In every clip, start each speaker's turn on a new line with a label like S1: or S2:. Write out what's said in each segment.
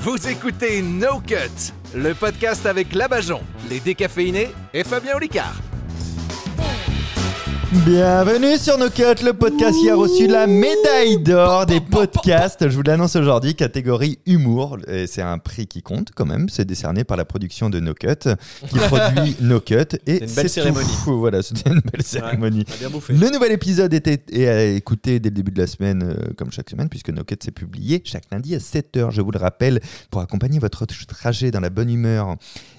S1: Vous écoutez No Cut, le podcast avec Labajon, les décaféinés et Fabien Olicard.
S2: Bienvenue sur No Cut, le podcast qui a reçu la médaille d'or des podcasts. Je vous l'annonce aujourd'hui, catégorie humour. Et c'est un prix qui compte quand même. C'est décerné par la production de No Cut, qui produit No Cut. Et
S3: une belle
S2: c'est tout.
S3: cérémonie.
S2: Voilà, c'était une belle cérémonie.
S3: On a bien bouffé.
S2: Le nouvel épisode était est à écouter dès le début de la semaine, euh, comme chaque semaine, puisque No Cut s'est publié chaque lundi à 7h, je vous le rappelle, pour accompagner votre trajet dans la bonne humeur.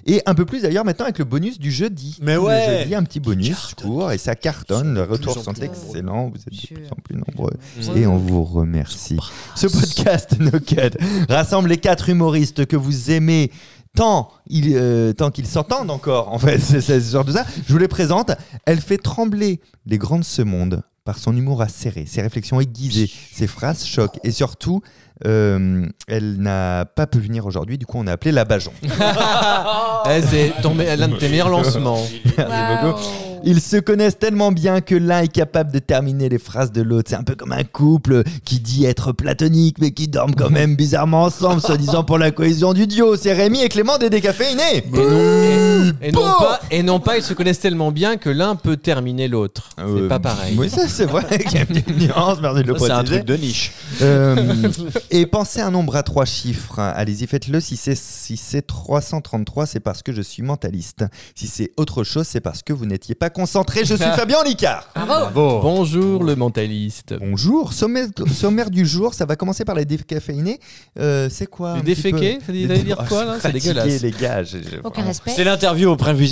S2: Et un peu plus d'ailleurs maintenant avec le bonus du jeudi.
S3: Mais
S2: Le
S3: ouais.
S2: jeudi, un petit bonus court, et ça cartonne. Le retour
S3: en
S2: sont
S3: plus nombreux.
S2: excellents, vous êtes de plus en plus nombreux.
S4: Monsieur.
S2: Et on vous remercie. Ce podcast No Cut rassemble les quatre humoristes que vous aimez tant ils euh, tant qu'ils s'entendent encore. En fait, c'est c'est surtout ça. Je vous les présente. Elle fait trembler les grandes de ce monde par son humour acéré, ses réflexions aiguisées, ses phrases chocs et surtout. euh, elle n'a pas pu venir aujourd'hui, du coup on a appelé la Bajon.
S4: Eh,
S3: Oh.
S4: c'est ton me- l'un de tes meilleurs lancements.
S2: Waouh. Ils se connaissent tellement bien que l'un est capable de terminer les phrases de l'autre. C'est un peu comme un couple qui dit être platonique mais qui dorment quand même bizarrement ensemble, soi-disant pour la cohésion du duo. C'est Rémi et Clément des décaféinés.
S4: Et non, pas, et non pas, ils se connaissent tellement bien que l'un peut terminer l'autre. C'est
S2: Euh,
S4: pas pareil.
S2: Oui, ça c'est vrai. Il y a une petite nuance, merci de le
S3: Ça, C'est un
S2: préciser.
S3: truc de niche.
S2: Euh, et pensez à un nombre à trois chiffres. Allez-y, faites-le. Si c'est si c'est 333, c'est parce que je suis mentaliste. Si c'est autre chose, c'est parce que vous n'étiez pas concentré. Je suis Fabien Licard.
S4: Bonjour le mentaliste.
S2: Bonjour, sommaire, sommaire du jour, ça va commencer par les décaféinés. Euh, c'est quoi
S4: Les
S2: un petit peu
S4: déféqués, ça dit-
S2: Les
S4: t'allais dire
S2: dé-
S4: quoi,
S2: Oh,
S4: là
S2: je suis
S4: C'est
S2: fatigué,
S4: dégueulasse.
S2: les gars. j'ai- j'ai
S5: Aucun
S2: vraiment-
S5: respect.
S3: C'est l'interview au prévu.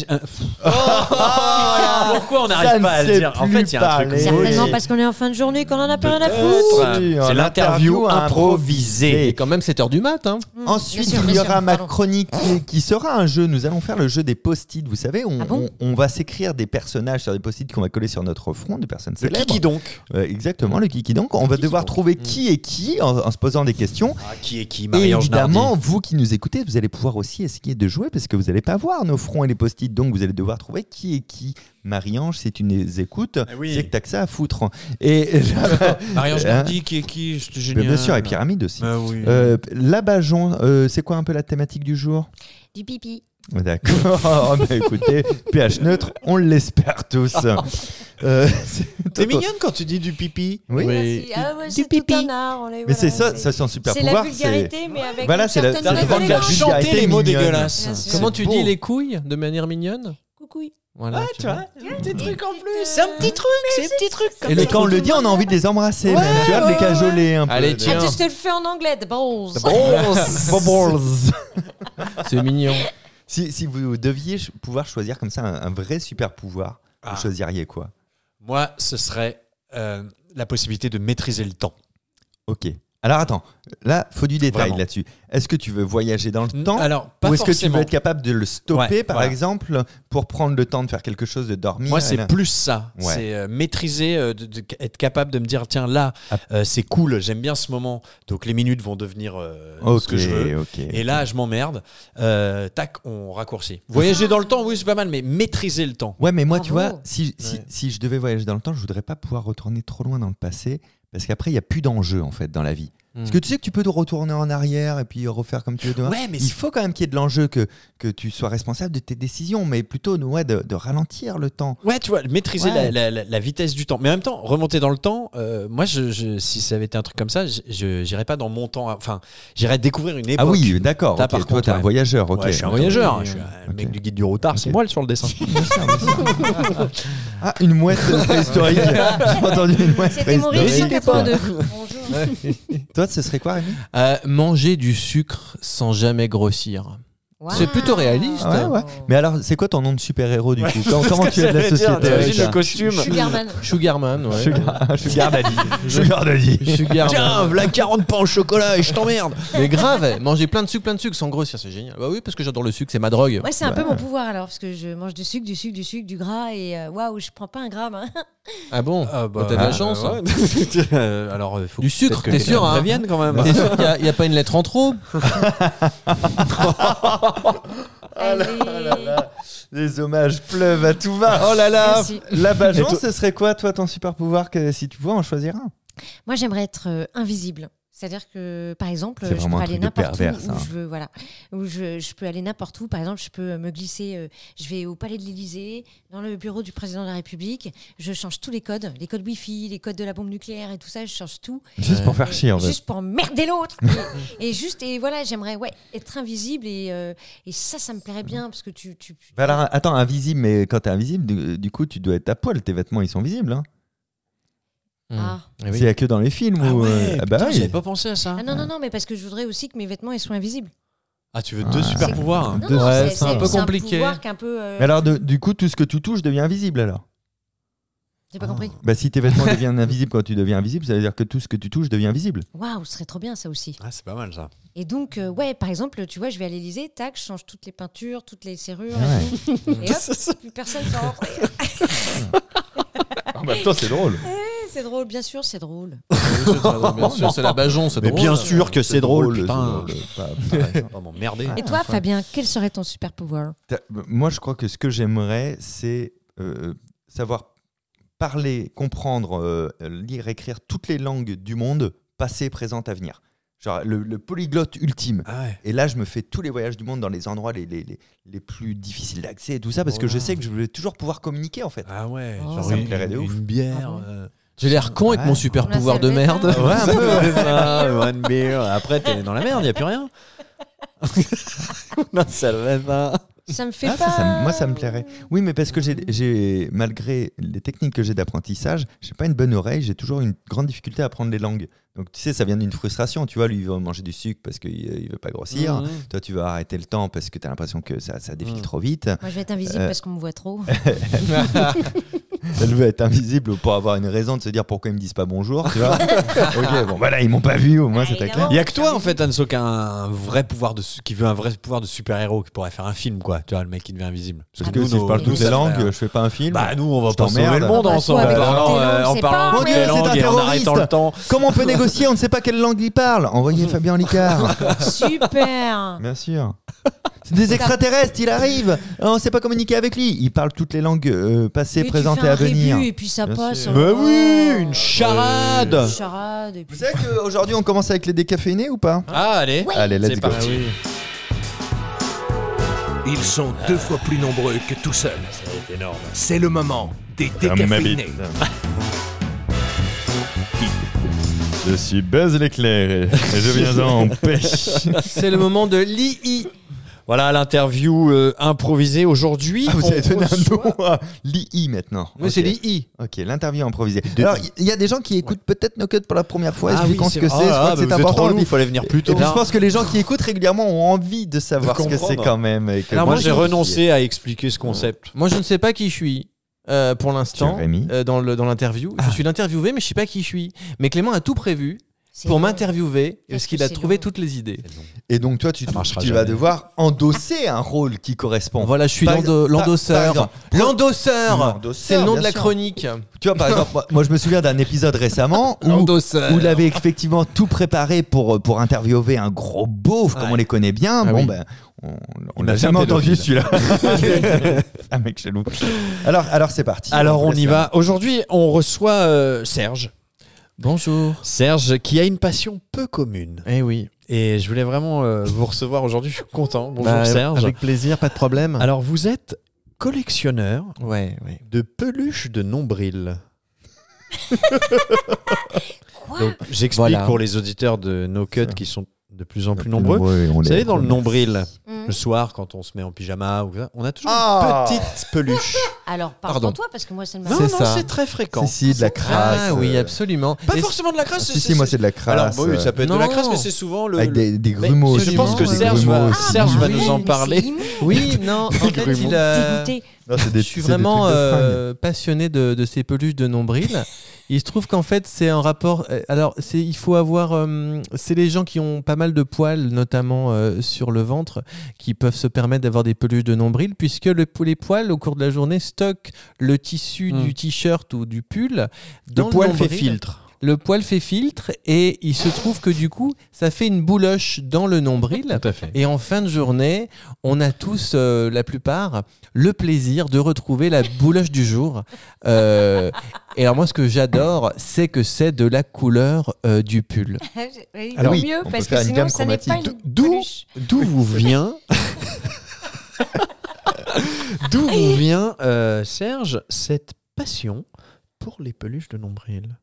S3: Pourquoi
S2: Ça
S3: on n'arrive
S2: ne
S3: pas à
S2: sait
S3: le dire En
S2: plus
S3: fait, il y a un truc.
S2: parler.
S5: Certainement
S2: Oui.
S5: parce qu'on est en fin de journée, qu'on en a pas rien à foutre.
S2: Peut-être.
S3: C'est l'interview improvisée.
S4: Et quand même 7h du mat. Hein.
S2: Mm, Ensuite,
S5: Mm, Mmh, Bien
S2: il
S5: sûr,
S2: y
S5: bien
S2: aura
S5: sûr,
S2: ma
S5: pardon.
S2: chronique qui, qui sera un jeu. Nous allons faire le jeu des post-it. Vous savez, on,
S5: Ah bon
S2: on- on va s'écrire des personnages sur des post-it qu'on va coller sur notre front, des personnes
S3: Le
S2: célèbres.
S3: qui donc
S2: Euh, exactement, le kiki. Donc, on va devoir trouver
S3: Mmh.
S2: qui est qui en- en se posant des questions.
S3: Qui est qui
S2: Et
S3: Marie-Ange
S2: évidemment, vous qui nous écoutez, vous allez pouvoir aussi essayer de jouer parce que vous n'allez pas voir nos fronts et les post-it. Donc, vous allez devoir trouver qui est qui. Marie-Ange, si tu nous écoutes,
S3: Ah oui.
S2: c'est que t'as que ça à foutre. Et
S3: Marie-Ange
S2: Hein
S3: Nardi, qui est qui C'est génial.
S2: bien sûr, et pyramide aussi.
S3: Ah oui.
S2: Euh, Labajon, euh, c'est quoi un peu la thématique du jour
S5: Du pipi.
S2: D'accord. Bah, écoutez, pH neutre, on l'espère tous. Euh, c'est-
S3: T'es mignonne quand tu dis du pipi
S2: Oui.
S5: Merci. Ah ouais, c'est
S2: pipi.
S5: tout un art, on les-
S2: Mais
S5: voilà,
S2: c'est ça, ça c'est un super
S5: C'est la
S2: pouvoir.
S5: vulgarité, mais avec
S2: Voilà,
S5: une
S2: c'est la-
S5: certaine
S2: ça demande de la
S5: élégance.
S2: vulgarité
S3: Chanter les mots
S2: mignonne.
S5: Bien
S3: dégueulasses.
S5: sûr.
S4: Comment tu
S2: beau.
S4: dis les couilles de manière mignonne
S5: Coucouille.
S4: Voilà. tu vois.
S3: des trucs en plus.
S5: C'est un petit
S3: truc, c'est un petit truc.
S4: Et
S2: Et
S4: le
S2: quand on le dit, on a envie de les embrasser,
S3: Ouais,
S2: même, tu vois, de les
S3: ouais,
S2: cajoler un peu.
S4: Allez,
S5: Ah,
S4: tiens.
S5: tu- je te le fais en anglais, de balls.
S2: Bubbles.
S4: C'est mignon.
S2: Si, si vous deviez ch- pouvoir choisir comme ça un, un vrai super pouvoir,
S3: Ah.
S2: vous choisiriez quoi
S3: Moi, ce serait euh, la possibilité de maîtriser le temps.
S2: Ok. Alors attends, là, faut du détail
S3: Vraiment.
S2: là-dessus. Est-ce que tu veux voyager dans le temps
S3: Alors, pas
S2: ou est-ce que tu
S3: forcément.
S2: veux être capable de le stopper,
S3: Ouais,
S2: par
S3: voilà.
S2: exemple, pour prendre le temps de faire quelque chose, de dormir
S3: Moi,
S2: et
S3: c'est
S2: là-
S3: plus ça.
S2: Ouais.
S3: C'est euh, maîtriser, euh, de- de- être capable de me dire tiens, là,
S2: Ah.
S3: euh, c'est cool, j'aime bien ce moment. Donc, les minutes vont devenir euh,
S2: Ok,
S3: ce que je veux.
S2: ok.
S3: Et là, je m'emmerde. Euh, tac, on raccourcit. Voyager dans le temps, oui, c'est pas mal, mais maîtriser le temps.
S2: Ouais, mais moi, tu
S5: Bravo.
S2: vois, si, si,
S3: Ouais.
S2: si je devais voyager dans le temps, je voudrais pas pouvoir retourner trop loin dans le passé, parce qu'après, il n'y a plus d'enjeu, en fait, dans la vie.
S3: Hmm.
S2: Parce que tu sais que tu peux te retourner en arrière et puis refaire comme tu veux demain.
S3: Ouais, mais
S2: Hein? il faut quand même qu'il y ait de l'enjeu, que, que tu sois responsable de tes décisions, mais plutôt ouais, de, de ralentir le temps.
S3: Ouais, tu vois, maîtriser
S2: Ouais.
S3: la, la- la- la vitesse du temps. Mais en même temps, remonter dans le temps, euh, moi, je, je- si ça avait été un truc comme ça, je- je n'irais pas dans mon temps. Enfin, j'irais découvrir une époque.
S2: ah oui, d'accord.
S3: Là,
S2: ok,
S3: par
S2: toi,
S3: contre,
S2: t'es un
S3: ouais.
S2: voyageur. ok.
S3: Ouais, je suis un voyageur, hein,
S2: Ok.
S3: je suis un
S2: Ok.
S3: mec du guide du routard, c'est
S2: Ok.
S3: moi le- sur le dessin.
S2: Bien sûr, bien sûr. ah, une mouette préhistorique. J'ai entendu une mouette
S5: C'était mon rire
S2: préhistorique.
S5: 182. Bonjour.
S2: Toi, ce serait quoi, Rémi
S4: Euh, manger du sucre sans jamais grossir. C'est plutôt réaliste.
S2: Ah Ouais, ouais. Mais alors, c'est quoi ton nom de super-héros du coup Comment- Comment tu es de la société avec
S3: T'imagines
S2: ça
S3: le costume
S5: Sugarman.
S4: Sugarman, ouais.
S2: Sugar, euh, Sugar Daddy. Sugar Daddy.
S4: Sugarman.
S3: Tiens, v'là 40 pains au chocolat et je t'emmerde
S4: Mais grave, eh. manger plein de sucre, plein de sucre sans grossir, c'est génial. Bah oui, parce que j'adore le sucre, c'est ma drogue.
S5: Ouais, c'est un peu mon pouvoir alors, parce que je mange du sucre, du sucre, du sucre, du gras, et euh, waouh, je prends pas un gramme. hein.
S4: Ah bon Bah, T'as de la chance. hein.
S3: euh, Alors, il faut
S4: Du sucre,
S3: peut-être que
S4: t'es sûr hein
S3: revienne quand même.
S4: T'es sûr qu'il n'y a, pas une lettre en trop
S5: Ah Allez.
S2: Les hommages pleuvent à tout va. Oh là là.
S5: Merci.
S2: La
S3: Et toi-
S2: ce serait quoi, toi, ton super pouvoir, que, si tu pouvais en choisir un
S5: Moi, j'aimerais être euh, invisible. C'est-à-dire que, par exemple,
S2: C'est
S5: je
S2: vraiment
S5: peux
S2: un
S5: aller
S2: truc de
S5: n'importe
S2: pervers,
S5: où,
S2: ça,
S5: où
S2: hein.
S5: je veux, voilà, où je, je peux aller n'importe où. Par exemple, je peux me glisser, euh, je vais au Palais de l'Élysée, dans le bureau du président de la République, je change tous les codes, les codes Wi-Fi, les codes de la bombe nucléaire et tout ça, je change tout.
S2: Juste pour faire
S5: Et-
S2: chier, en fait.
S5: Juste pour emmerder l'autre. et, et juste, et voilà, j'aimerais ouais, être invisible et, euh, et ça, ça me plairait bien parce que tu. tu, tu-
S2: Bah alors, attends, invisible, mais quand t'es invisible, du, du coup, tu dois être à poil. Tes vêtements, ils sont visibles. Hein.
S5: Ah.
S4: Eh oui.
S2: C'est que dans les films.
S3: Ah
S2: où,
S3: ouais,
S2: euh, ah bah
S3: putain,
S2: oui.
S3: j'avais pas pensé à ça.
S5: Ah non, non, non, mais parce que je voudrais aussi que mes vêtements ils soient invisibles.
S3: Ah, tu veux deux
S2: Ah,
S3: super
S5: c'est-
S3: pouvoirs.
S5: Non, non,
S4: Ouais,
S5: c'est- c'est
S4: un peu
S5: c'est
S4: compliqué.
S5: pouvoir qu'un peu. euh,
S2: Mais alors, de- du coup, tout ce que tu touches devient invisible alors
S5: J'ai pas compris.
S2: Bah, si tes vêtements deviennent invisibles quand tu deviens invisible, ça veut dire que tout ce que tu touches devient invisible.
S5: Waouh, ce serait trop bien ça aussi.
S3: Ah, c'est pas mal ça.
S5: Et donc, euh, ouais, par exemple, tu vois, je vais à l'Elysée, tac, je change toutes les peintures, toutes les serrures,
S2: Ouais.
S5: et, tout. et hop, plus personne ne rentre.
S2: En même temps, c'est drôle.
S5: Eh, C'est drôle, bien sûr, c'est drôle.
S4: Bien sûr, c'est la Bajon, c'est
S3: Mais
S4: drôle.
S3: bien sûr que euh, c'est drôle, putain.
S2: putain.
S3: Oh m'emmerder.
S2: Ah,
S5: et toi, Fabien, quel serait ton super pouvoir
S2: T'as- Moi, je crois que ce que j'aimerais, c'est euh, savoir parler, comprendre, euh, lire, écrire toutes les langues du monde, passé, présent, avenir. Genre le, le polyglotte ultime.
S3: Ah ouais.
S2: Et là, je me fais tous les voyages du monde dans les endroits les, les, les, les plus difficiles d'accès et tout ça, parce que
S3: Voilà.
S2: je sais que je vais toujours pouvoir communiquer en fait.
S3: Ah ouais.
S5: Oh.
S3: Genre
S5: Ça me
S3: une,
S2: plairait de ouf.
S3: une bière.
S5: Ah bon
S3: euh,
S4: J'ai l'air con avec
S2: Ouais.
S4: mon super
S5: On a
S4: pouvoir de
S5: salué
S4: merde.
S5: ça.
S3: un peu. Ah, One beer. Après, t'es dans la merde, y a plus rien. non, ça va pas.
S5: Ça me fait
S2: Ah,
S5: pas.
S2: ça, ça me- moi, ça me plairait. Oui, mais parce que j'ai- j'ai, malgré les techniques que j'ai d'apprentissage, j'ai pas une bonne oreille, j'ai toujours une grande difficulté à apprendre les langues. Donc, tu sais, ça vient d'une frustration. Tu vois, lui, il veut manger du sucre parce qu'il euh, il veut pas grossir.
S3: Mhm.
S2: Toi, tu vas arrêter le temps parce que tu as l'impression que ça, ça défile
S3: Mhm.
S2: trop vite.
S5: Moi, je vais être invisible
S2: Euh.
S5: parce qu'on me voit trop.
S2: Elle veut être invisible pour avoir une raison de se dire pourquoi ils me disent pas bonjour, tu vois. ok, bon, voilà, ils m'ont pas vu, au moins,
S5: Ah,
S2: c'était clair.
S5: évidemment.
S3: Il y a que toi en fait, Anso, qui a un vrai pouvoir de su- qui veut un vrai pouvoir de super héros qui pourrait faire un film quoi. Tu vois le mec qui devient invisible.
S2: Parce
S5: Ah,
S2: que
S5: nous,
S2: si je
S5: nos-
S2: parle toutes
S5: nous,
S2: les
S5: ça
S2: langues,
S3: ferait
S2: je
S3: un-
S2: fais pas un film.
S3: Bah nous on va
S2: Je
S3: pas
S2: t'emmerde.
S3: sauver le monde
S5: Bah,
S3: ensemble
S5: toi,
S3: en
S5: avec
S3: parlant,
S5: tes
S3: euh,
S5: langues,
S3: en
S5: c'est
S3: parlant
S5: pas
S3: toutes
S2: un
S3: les
S2: mec. C'est un
S3: langues et en arrêtant
S2: terroriste.
S3: le temps.
S2: Comment on peut négocier On ne sait pas quelle langue il parle. Envoyez Fabien Licard.
S5: Super
S2: Bien sûr. C'est des extraterrestres, il arrive. On ne sait pas communiquer avec lui. Il parle toutes les langues euh, passées,
S5: tu
S2: présentes
S5: fais
S2: et à
S5: un
S2: venir.
S5: rébut, et puis ça
S2: Bien
S5: passe.
S2: sûr.
S5: hein.
S3: Mais oui, une
S5: Une
S3: charade.
S5: charade. et
S2: Vous
S5: puis-
S2: savez qu'aujourd'hui, on commence avec les décaféinés ou pas
S3: Ah allez,
S2: Allez, let's
S3: c'est
S2: go.
S4: Ah
S3: parti.
S1: Ils sont
S3: Ah.
S1: deux fois plus nombreux que tout seuls.
S3: C'est énorme.
S1: C'est le moment des décaféinés.
S2: Je suis Buzz l'éclair et, je viens en pêche.
S4: C'est le moment de l'II.
S3: Voilà l'interview euh, improvisée aujourd'hui.
S2: Ah, vous
S3: on
S2: avez donné un
S3: reçoit-
S2: nom à l'II maintenant.
S4: Oui, c'est
S2: Ok.
S4: l'II.
S2: Ok, l'interview improvisée. Alors, il y a des gens qui écoutent peut-être nos cuts pour la première fois.
S3: Ah
S2: ils
S3: oui,
S2: ce que c'est, je
S3: ah,
S2: crois
S3: bah,
S2: que c'est
S3: vous êtes trop
S2: important. Et
S3: lourds,
S2: puis,
S3: fallait venir plus tôt.
S2: et puis, je pense que les gens qui écoutent régulièrement ont envie de savoir
S3: De
S2: ce que c'est
S3: comprendre.
S2: quand même. et que
S3: Alors moi j'ai
S2: ben, je-
S3: renoncé à expliquer ce concept.
S4: Moi, je ne sais pas qui je suis. euh, pour l'instant,
S2: Tu es Rémi.
S4: euh, dans le- dans l'interview, je suis l'interviewé, mais je sais pas qui je suis. Mais Clément a tout prévu
S5: C'est
S4: pour
S5: long.
S4: m'interviewer parce
S5: Qu'est-ce
S4: qu'il
S5: que
S4: a
S5: c'est
S4: trouvé
S5: long.
S4: toutes les idées.
S2: Et donc toi, tu,
S3: Ça marchera
S2: tu vas
S3: jamais.
S2: devoir endosser un rôle qui correspond.
S4: Voilà, je suis
S2: Par
S4: l'endo-
S2: ex- par- par
S4: l'endosseur.
S2: exemple,
S4: L'endosseur
S2: L'endosseur,
S4: C'est le nom
S2: bien
S4: de la
S2: sûr.
S4: chronique.
S2: Tu vois, par exemple, moi, moi, je me souviens d'un épisode récemment où,
S4: L'endosseur.
S2: où il avait effectivement tout préparé pour, pour interviewer un gros beauf, comme
S3: Ouais.
S2: on les connaît bien.
S4: Ah
S2: bon,
S4: oui.
S2: ben, on, on l'a
S3: Il m'a fait
S2: jamais
S3: un
S2: entendu
S3: pédophile.
S2: celui-là. un mec chelou. Alors, alors c'est parti.
S3: Alors
S2: vous
S3: on
S2: laisse
S3: y
S2: la-
S3: va. Aujourd'hui on reçoit euh, Serge.
S4: Bonjour.
S3: Serge qui a une passion peu commune.
S4: Eh oui.
S3: Et je voulais vraiment euh, vous recevoir aujourd'hui, je suis content. Bonjour
S4: Bah,
S3: Serge.
S4: Avec plaisir, pas de problème.
S3: Alors vous êtes collectionneur
S4: Ouais, ouais.
S3: de peluches de nombril.
S5: Quoi
S3: Donc j'explique
S4: Voilà.
S3: pour les auditeurs de No Cut qui sont de plus en plus nombreux.
S2: on
S3: Vous
S2: les
S3: savez, dans le
S2: remercie.
S3: nombril,
S5: Hmm.
S3: le soir, quand on se met en pyjama, ou ça, on a toujours
S2: Ah.
S3: une petite peluche.
S5: Alors,
S3: Pardon.
S5: pardon toi parce que moi, ça ne
S3: non,
S4: C'est
S3: non,
S4: ça.
S3: c'est très fréquent.
S2: Si, si, de la crasse. euh.
S4: Ah oui, absolument.
S3: Pas
S4: Et-
S3: forcément de la crasse.
S2: Ah,
S3: euh,
S2: Si, si, moi, c'est de la
S3: Alors,
S2: crasse. euh,
S3: bon, oui, ça peut être de la
S4: Non.
S3: crasse, mais c'est souvent le.
S2: Avec
S3: le-
S2: des, des
S3: Mais
S2: grumeaux
S3: Je
S2: aussi,
S3: pense que
S2: des
S3: Serge
S2: grumeaux
S3: va,
S2: aussi.
S3: Serge va
S5: mais
S3: nous
S5: oui,
S3: en
S5: mais c'est
S3: parler.
S5: immonde.
S4: Oui, non, en fait,
S3: grumeaux.
S4: il euh, a...
S5: Dégoûté.
S2: Non, c'est
S4: Je
S2: des-
S4: suis
S2: c'est des
S4: vraiment
S2: trucs de fringues.
S4: euh, passionné de, de ces peluches de nombril. Il se trouve qu'en fait, c'est un rapport. euh, Alors, c'est il faut avoir. euh, c'est les gens qui ont pas mal de poils, notamment euh, sur le ventre, qui peuvent se permettre d'avoir des peluches de nombril, puisque le, les poils, au cours de la journée, stockent le tissu
S3: Hmm.
S4: du t-shirt ou du pull. Dans
S3: Le poil fait
S4: nombril.
S3: filtre.
S4: le poil fait filtre et il se trouve que du coup, ça fait une bouloche dans le nombril.
S3: Tout à fait.
S4: Et en fin de journée, on a tous, euh, la plupart, le plaisir de retrouver la bouloche du jour. Euh, et alors moi, ce que j'adore, c'est que c'est de la couleur euh, du pull.
S5: Oui,
S2: Alors
S5: tant
S2: oui,
S5: mieux,
S2: on peut
S5: parce
S2: faire
S5: que
S2: une
S5: sinon,
S2: gamme
S5: ça n'est pas
S2: chromatique.
S5: une
S3: D'où-
S5: peluche.
S3: D'où vous vient D'où vous vient, euh, Serge, cette passion pour les peluches de nombril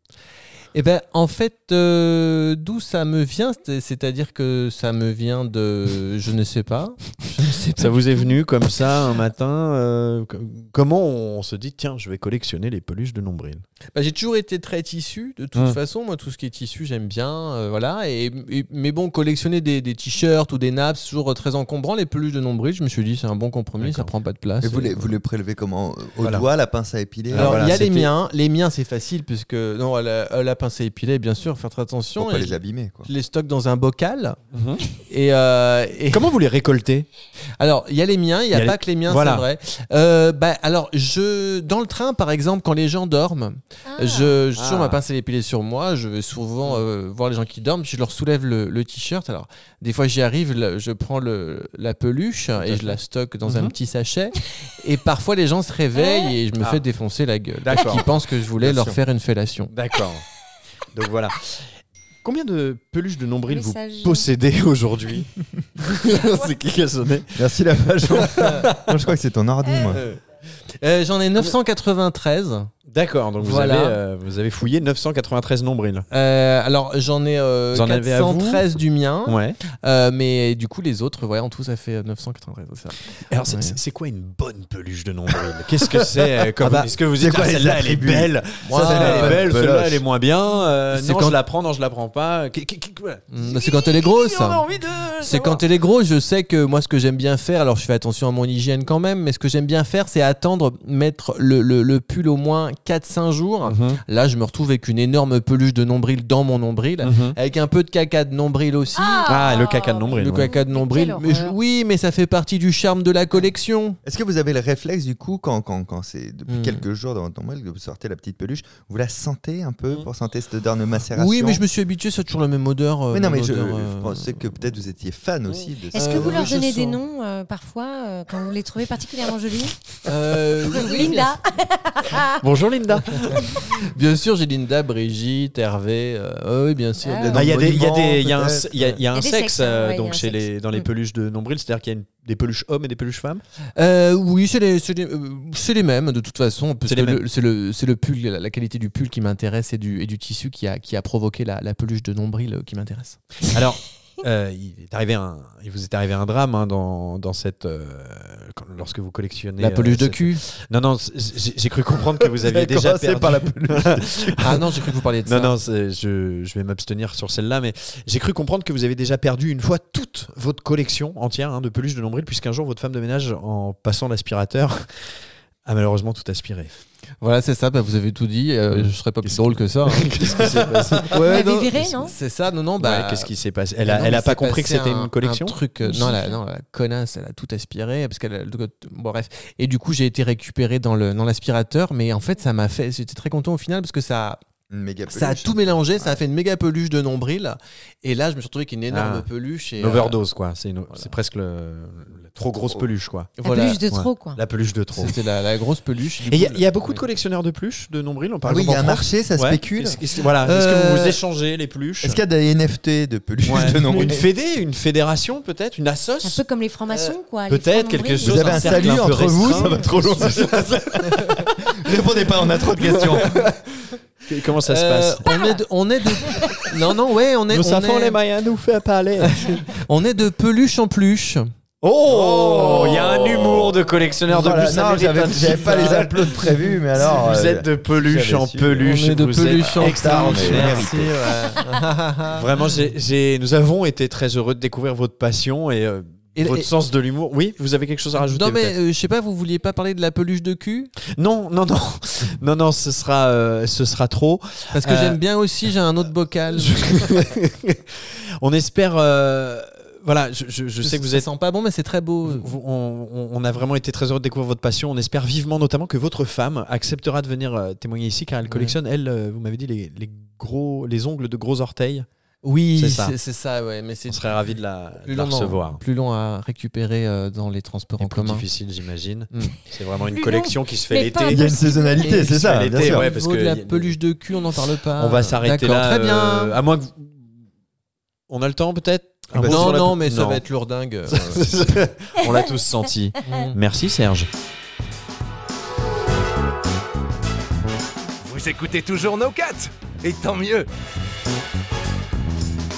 S4: Eh ben, en fait, euh, d'où ça me vient c'est- C'est-à-dire que ça me vient de, je ne sais pas. Je ne sais pas.
S3: Ça vous est venu comme ça un matin euh, com- Comment on se dit, tiens, je vais collectionner les peluches de nombril
S4: Bah, j'ai toujours été très tissu, de toute
S3: Hum.
S4: façon. Moi, tout ce qui est tissu, j'aime bien. euh, voilà. Et, et- mais bon, collectionner des, des t-shirts ou des nappes, c'est toujours euh, très encombrant. Les peluches de nombril, je me suis dit, c'est un bon compromis, ça
S3: D'accord.
S4: prend pas de place.
S2: Et vous
S4: Et-
S2: les, Ah, vous les prélevez comment Au
S3: Voilà.
S2: doigt, la pince à épiler
S4: Alors,
S3: voilà,
S4: il y a les
S3: c'était-
S4: miens. Les miens, c'est facile, puisque non, à la, à la pince à épiler, bien sûr, faire très attention.
S2: Pour pas
S4: Et
S2: les abîmer, quoi.
S4: je les stocke dans un bocal. Et, euh, et-
S3: Mhm. Comment vous les récoltez
S4: Alors, il y a les miens, il n'y
S3: Il
S4: a,
S3: y a
S4: pas
S3: les-
S4: que les miens,
S3: Voilà.
S4: c'est vrai. Euh, bah, alors, je, dans le train, par exemple, quand les gens dorment,
S5: Ah.
S4: je, je- sur
S3: Ah.
S4: ma pince à épiler sur moi, je vais souvent euh, voir les gens qui dorment, je leur soulève le, le t-shirt. Alors, des fois, j'y arrive, le- je prends le, la peluche et je la stocke dans un
S3: Mhm.
S4: petit sachet. et parfois, les gens se réveillent et je me
S3: Ah.
S4: fais défoncer la gueule.
S3: D'accord.
S4: Ils pensent que je voulais
S2: Bien
S4: leur
S2: sûr.
S4: faire une fellation.
S3: D'accord. Donc voilà. Combien de peluches de nombril vous
S5: Messager.
S3: possédez aujourd'hui C'est qui qui a sonné
S2: Merci la page. Moi, je crois que c'est ton ordi,
S5: Eh.
S2: moi.
S4: Euh, J'en ai 993.
S3: D'accord, donc vous,
S4: Voilà.
S3: avez, euh, vous avez fouillé 993 nombrils.
S4: Euh, alors, j'en ai euh,
S3: Vous en avez à vous
S4: 413 du mien.
S3: Ouais.
S4: Euh, mais du coup, les autres, voyons, tout ça fait euh, 993. c'est ça.
S3: Alors, c'est-
S4: Ouais.
S3: c'est c'est quoi une bonne peluche de nombril Qu'est-ce que c'est euh, comme-
S2: Ah bah,
S3: Est-ce que vous
S2: c'est
S3: dites,
S2: quoi
S3: ah,
S2: les
S3: celle-là, elle est
S2: attributs
S3: belle
S4: Moi,
S3: Celle-là, elle
S2: euh,
S3: est belle,
S2: beloche.
S3: celle-là, elle est moins bien. euh,
S4: C'est
S3: non,
S4: quand-
S3: je la prends, non, je la prends pas. Qui- qui- qui- voilà.
S4: Mm, C'est quand elle est grosse.
S3: On a envie de
S4: C'est
S3: savoir.
S4: quand elle est grosse, je sais que moi ce que j'aime bien faire, alors je fais attention à mon hygiène quand même, mais ce que j'aime bien faire c'est attendre, mettre le, le- le pull au moins 4-5 jours.
S3: Mhm.
S4: Là je me retrouve avec une énorme peluche de nombril dans mon nombril,
S3: Mhm.
S4: avec un peu de caca de nombril aussi.
S3: Ah, le caca de nombril. Ah.
S4: le
S3: ouais.
S4: caca de nombril.
S5: Quelle
S4: Mais je-
S5: horreur.
S4: oui, mais ça fait partie du charme de la collection.
S2: Est-ce que vous avez le réflexe du coup quand, quand, quand c'est depuis
S4: Hmm.
S2: quelques jours dans dans le mois que vous sortez la petite peluche, vous la sentez un peu
S3: Hmm.
S2: pour sentir cette dernière macération
S4: Oui, mais je me suis habitué, c'est toujours la même odeur. euh,
S2: Mais non, mais
S4: mon
S2: je,
S4: odeur,
S2: je
S4: euh, Hmm.
S2: pensais que peut-être vous étiez fan aussi de
S5: Est-ce
S2: cette
S5: que vous
S2: peluche.
S5: leur
S4: je
S5: donnez des
S4: sens.
S5: noms euh, parfois euh, quand vous les trouvez particulièrement jolis
S4: euh, oui, oui, bien
S5: Linda
S3: Bonjour Linda.
S4: Ah, Bien sûr, j'ai Linda, Brigitte, Hervé. euh, ah oui, bien sûr.
S5: Ah.
S4: bien
S3: Bah, Il y a des, il y a des, il y a un,
S2: Peut-être,
S3: il y a- il y a un
S5: ouais. Il y a des
S3: sexe
S5: sexes, hein,
S3: euh,
S5: ouais, il y a
S3: donc
S5: un
S3: chez les,
S5: sexe.
S3: dans les
S5: Mm.
S3: peluches de nombril, c'est-à-dire qu'il y a une- des peluches hommes et des peluches femmes.
S4: Euh, oui, c'est les, c'est les, euh, c'est les mêmes de toute façon. parce
S3: C'est les
S4: que le-
S3: mêmes.
S4: C'est le, c'est le pull, la, la qualité du pull qui m'intéresse et du, et du tissu qui a, qui a provoqué la, la peluche de nombril euh, qui m'intéresse.
S3: Alors, euh, il est arrivé un, il vous est arrivé un drame hein, dans, dans cette, euh, quand- lorsque vous collectionnez
S4: La
S3: euh,
S4: peluche de
S3: cette-
S4: cul.
S3: Non non, c'est- j'ai j'ai cru comprendre que vous aviez déjà
S2: commencé
S3: perdu.
S2: par la peluche.
S4: Ah non, j'ai cru que vous parliez de
S3: Non,
S4: ça.
S3: non, c'est- je, je vais m'abstenir sur celle-là, mais j'ai cru comprendre que vous avez déjà perdu une fois toute votre collection entière hein, de peluches de nombril, puisqu'un jour, votre femme de ménage, en passant l'aspirateur, a malheureusement tout aspiré.
S4: Voilà, c'est ça. bah, vous avez tout dit. euh, je serais pas plus drôle que ça. hein.
S3: Qu'est-ce qui s'est passé
S5: m'avez
S4: Ouais, non,
S5: viré, non
S4: C'est ça, non, non.
S3: bah,
S4: Bah,
S3: Qu'est-ce qui s'est passé Elle a,
S4: non,
S3: elle a
S4: mais
S3: pas
S4: c'est
S3: compris que
S4: passé
S3: c'était
S4: un-
S3: une collection
S4: un truc, euh,
S5: Une
S4: non, la,
S5: gifle.
S4: non, la connasse, elle a tout aspiré. Parce qu'elle a- bon, bref. Et du coup, j'ai été récupéré dans le- dans l'aspirateur. Dans mais en fait, ça m'a fait. J'étais très content au final parce que ça,
S2: Une méga
S4: Ça a
S2: peluche.
S4: tout mélangé, ça a fait une méga peluche de nombril. Et là, je me suis retrouvé avec une énorme
S3: Ah.
S4: peluche. Et,
S3: Une overdose, quoi. C'est une-
S4: euh, voilà.
S3: c'est presque le- la trop grosse peluche, quoi.
S4: euh,
S5: La
S4: voilà.
S5: peluche de
S3: ouais.
S5: trop, quoi.
S3: La peluche de trop.
S4: C'était la, la grosse peluche. du
S3: Et il y, a-
S4: coup,
S3: il y a beaucoup de
S4: oui.
S3: collectionneurs de peluches, de nombril, par
S2: Ah oui, il
S3: exemple
S2: y a un
S3: en France.
S2: marché, ça
S3: Ouais.
S2: spécule.
S3: Est-ce- est-ce- voilà. Est-ce que
S4: Euh,
S3: vous vous échangez les peluches
S2: Est-ce qu'il y a des NFT de peluches
S3: Ouais.
S2: de nombril
S3: Une fédé, une fédération peut-être, une
S5: Un
S3: assoce
S5: peu comme les francs-maçons, quoi. les
S3: Peut-être
S5: francs-nombrils.
S3: quelque chose.
S2: Vous avez un
S3: cercle
S2: salut
S3: peu
S2: entre vous,
S3: restreint.
S2: ça va trop loin. Répondez pas, on a trop de questions.
S3: Comment ça se
S4: Euh,
S3: passe
S4: on est de, on est de- non non ouais on est on est,
S3: moyens nous fait parler.
S4: on est de peluche en peluche.
S3: Oh, il y a un humour de collectionneur de
S2: Voilà,
S3: peluches. ça
S2: non,
S3: mérite un
S2: j'avais
S3: petit
S2: j'avais pas les
S3: bal.
S2: applaudissements prévus, mais alors.
S3: vous
S2: euh,
S3: êtes de peluche
S2: j'avais
S3: en
S2: su.
S3: peluche.
S4: on est de
S3: vous êtes
S4: peluche en
S2: extra,
S4: peluche.
S2: mais
S4: Merci.
S2: mérité.
S4: ouais.
S3: Vraiment, j'ai- j'ai- nous avons été très heureux de découvrir votre passion et, euh,
S4: Et-
S3: votre
S4: et-
S3: sens de l'humour. Oui, vous avez quelque chose à rajouter
S4: non mais
S3: peut-être
S4: euh, je sais pas, vous vouliez pas parler de la peluche de cul
S3: Non, non, non, non, non, ce sera, euh, ce sera trop.
S4: Parce que
S3: Euh,
S4: j'aime bien aussi, j'ai un autre bocal.
S3: Je- On espère euh, voilà, je, je- je sais que vous êtes.
S4: sent pas bon, mais c'est très beau.
S3: vous- on, on- on a vraiment été très heureux de découvrir votre passion. On espère vivement, notamment, que votre femme acceptera de venir euh, témoigner ici, car elle collectionne, elle, euh, vous m'avez dit, les, les gros, les ongles de gros orteils.
S4: Oui,
S3: C'est ça.
S4: c'est c'est ça. ouais, mais c'est
S3: On serait ravis de la, de
S4: plus
S3: la
S4: long,
S3: recevoir.
S4: plus long à récupérer euh, dans les transports
S3: Et
S4: en
S3: plus
S4: commun.
S3: difficile, j'imagine.
S4: Mm.
S3: C'est vraiment une
S5: Plus
S3: collection qui se fait
S5: mais
S3: l'été.
S5: pas
S2: Il y a une
S5: Impossible.
S2: saisonnalité,
S5: Et
S2: c'est
S3: je
S2: ça,
S3: fais
S2: bien
S3: l'été,
S2: sûr.
S3: ouais.
S4: Au
S3: parce
S4: niveau
S3: que
S4: de la
S3: y a-
S4: peluche de cul, on n'en parle pas.
S3: On va s'arrêter
S4: Ah, D'accord,
S3: là.
S4: Très bien.
S3: euh, à moins que. vous- On a le temps peut-être Un
S2: bah,
S3: mot
S4: Ah non,
S3: sur la-
S4: non, mais ça
S3: Non.
S4: va être lourdingue. euh,
S3: On l'a tous senti.
S4: ouais.
S3: Merci Serge.
S1: Vous écoutez toujours No Cut Et tant mieux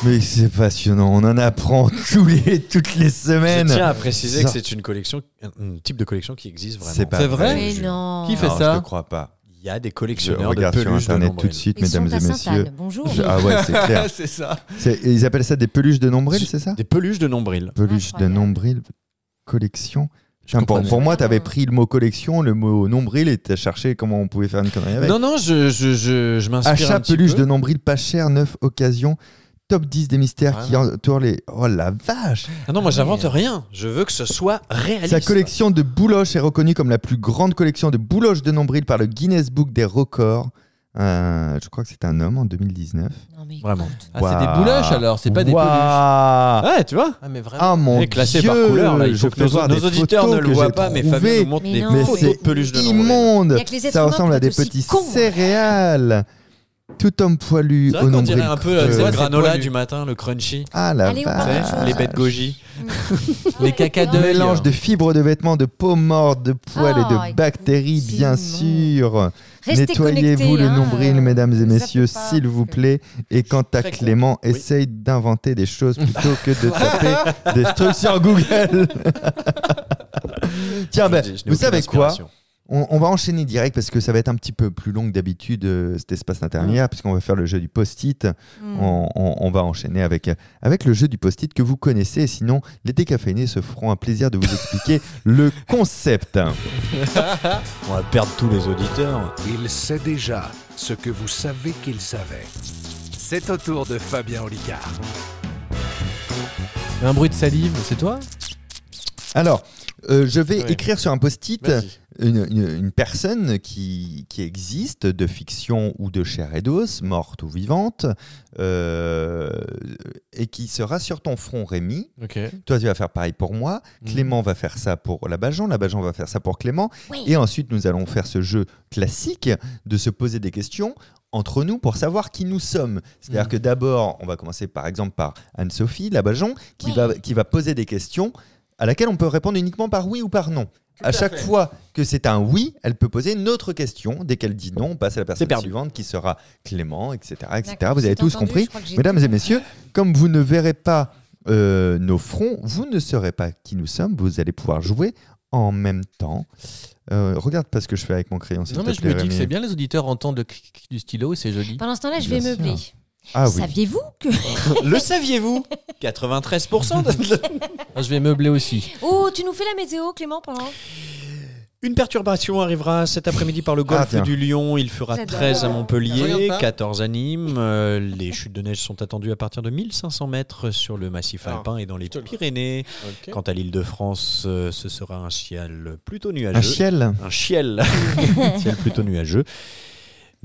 S2: Mais c'est passionnant, on en apprend tous les, toutes les
S3: Je
S2: semaines.
S3: tiens à préciser
S2: Ça-
S3: que c'est une collection, un- un type de collection qui existe vraiment.
S2: C'est pas
S4: C'est vrai
S5: Mais
S2: je-
S5: non.
S4: Qui fait
S2: Alors,
S4: ça
S2: Je ne crois pas.
S3: Il y a des
S2: Je
S3: collectionneurs de
S2: regarde sur
S3: peluches de
S2: internet tout de
S3: nombril.
S2: suite,
S5: Ils
S2: mesdames
S5: sont à
S2: et messieurs.
S5: Sainte-Anne. Bonjour.
S2: Je- Ah ouais, c'est clair.
S4: c'est ça.
S2: C'est- Ils appellent ça des peluches de nombril,
S3: Je-
S2: c'est ça
S3: Des peluches de nombril.
S2: Peluches de
S5: Incroyable.
S2: nombril, collection. Tiens, pour,
S4: comprenais.
S2: pour moi, tu avais pris le mot collection, le mot nombril et tu as cherché comment on pouvait faire une connerie avec.
S3: Non, non, je, je, je, je m'inspire
S2: Ah Achat
S3: un petit
S2: peluche
S3: peu.
S2: de nombril pas cher, 9 occasions, top 10 des mystères qui entourent les. Oh la vache
S3: Ah non, moi j'invente rien. Je veux que ce soit réaliste.
S2: Sa collection de bouloches est reconnue comme la plus grande collection de bouloches de nombril par le Guinness Book des records. Euh, je crois que c'est un homme en 2019.
S5: Non, mais
S3: Vraiment.
S5: écoute.
S4: Ah, c'est des bouloches alors, c'est pas des
S2: Waouh.
S4: peluches.
S3: Ouais, tu vois.
S4: Ah, mais vraiment.
S2: Ah mon
S3: Et classé
S2: dieu
S3: par couleur, là, il faut
S2: Je
S3: que
S2: peux
S3: nos,
S2: voir
S3: nos
S2: des
S3: auditeurs
S2: photos
S3: ne le
S2: que
S3: voient
S2: j'ai
S3: pas, mais Fabien
S2: trouvées.
S3: nous montre
S5: Mais
S3: des
S5: non.
S2: Mais
S3: photos
S2: c'est
S3: de peluches de nombril.
S2: immonde
S5: Y a que les êtres
S2: Ça
S5: humains
S2: ressemble
S5: pour
S2: à des
S5: être aussi hein.
S2: petits
S5: cons.
S2: céréales. Tout homme poilu
S3: C'est
S2: au
S3: vrai qu'on
S2: nombril.
S3: dirait un peu euh,
S2: creux.
S3: tu sais,
S4: Ouais,
S3: le
S4: c'est
S3: granola
S4: poilu.
S3: du matin, le crunchy.
S2: Ah la
S5: Allez, on parle
S2: vache.
S5: autre chose.
S3: Les bêtes goji.
S4: Les cacas
S2: Un
S4: de
S2: mélange de fibres de vêtements, de peaux mortes, de poils
S5: Ah,
S2: et de
S5: écoute,
S2: bactéries,
S5: c'est
S2: bien
S5: immonde.
S2: sûr.
S5: Restez
S2: Nettoyez-vous
S5: connectés,
S2: le
S5: hein,
S2: nombril,
S5: euh,
S2: mesdames et
S5: ça
S2: messieurs,
S5: peut pas-
S2: s'il vous plaît. Et quant à
S3: très con.
S2: Clément,
S3: Oui.
S2: essaye d'inventer des choses plutôt que de taper des trucs sur Google. Tiens, ben,
S3: Je dis, je n'ai
S2: vous
S3: aucune
S2: savez quoi
S3: inspiration.
S2: on, on va enchaîner direct parce que ça va être un petit peu plus long que d'habitude euh, cet espace intermédiaire, puisqu'on va faire le jeu du post-it.
S5: Mm.
S2: On, on- on va enchaîner avec, avec le jeu du post-it que vous connaissez. Sinon, les décaféinés se feront un plaisir de vous expliquer le concept.
S3: On va perdre tous les auditeurs.
S1: Il sait déjà ce que vous savez qu'il savait. C'est au tour de Fabien Olicard.
S2: Ah,
S4: Un bruit de salive, c'est toi
S2: Alors, euh, je vais
S3: Ouais.
S2: écrire sur un post-it
S3: Vas-y.
S2: une, une- une personne qui, qui existe de fiction ou de chair et d'os, morte ou vivante, euh, et qui sera sur ton front, Rémi.
S4: Ok.
S2: Toi, tu vas faire pareil pour moi.
S4: Mhm.
S2: Clément va faire ça pour Labajon. Labajon va faire ça pour Clément.
S5: Oui.
S2: Et ensuite, nous allons faire ce jeu classique de se poser des questions entre nous pour savoir qui nous sommes. C'est-à-dire
S4: Mhm.
S2: que d'abord, on va commencer par exemple par Anne-Sophie Labajon qui,
S5: Oui.
S2: va, qui va poser des questions à laquelle on peut répondre uniquement par oui ou par non. À chaque fois que c'est un oui, elle peut poser une autre question. Dès qu'elle dit non, on passe à la personne
S3: perdu.
S2: suivante qui sera Clément, etc. etc.
S5: D'accord,
S2: Vous avez
S5: j'ai
S2: tous
S5: entendu,
S2: compris.
S5: je crois que j'ai
S2: Mesdames
S5: tout
S2: et messieurs, comme vous ne verrez pas euh, nos fronts, vous ne saurez pas qui nous sommes. Vous allez pouvoir jouer en même temps. Euh, regarde pas ce que je fais avec mon crayon, s'il
S4: Non,
S2: te
S4: mais je
S2: plaît,
S4: me dis que
S2: Rémi.
S4: c'est bien, les auditeurs entendent le clic clic du stylo, c'est joli.
S5: Pendant ce temps-là, je
S2: Bien
S5: vais
S2: sûr.
S5: meubler.
S2: Ah oui.
S5: Saviez-vous que.
S3: Le saviez-vous 93% de-
S4: Ah, Je vais meubler aussi.
S5: Oh, tu nous fais la météo, Clément, pendant.
S3: Une perturbation arrivera cet après-midi par le golfe
S2: tiens.
S3: du Lion. Il fera
S5: J'adore.
S3: 13 à
S4: Regarde
S3: Montpellier,
S4: pas.
S3: 14 à Nîmes. Euh, les chutes de neige sont attendues à partir de 1500 mètres sur le massif
S4: Ah,
S3: alpin et dans les
S4: te le-
S3: Pyrénées. Quant à l'île de France, euh, ce sera un ciel plutôt nuageux.
S2: Un chiel.
S3: Un ciel. Un ciel plutôt nuageux.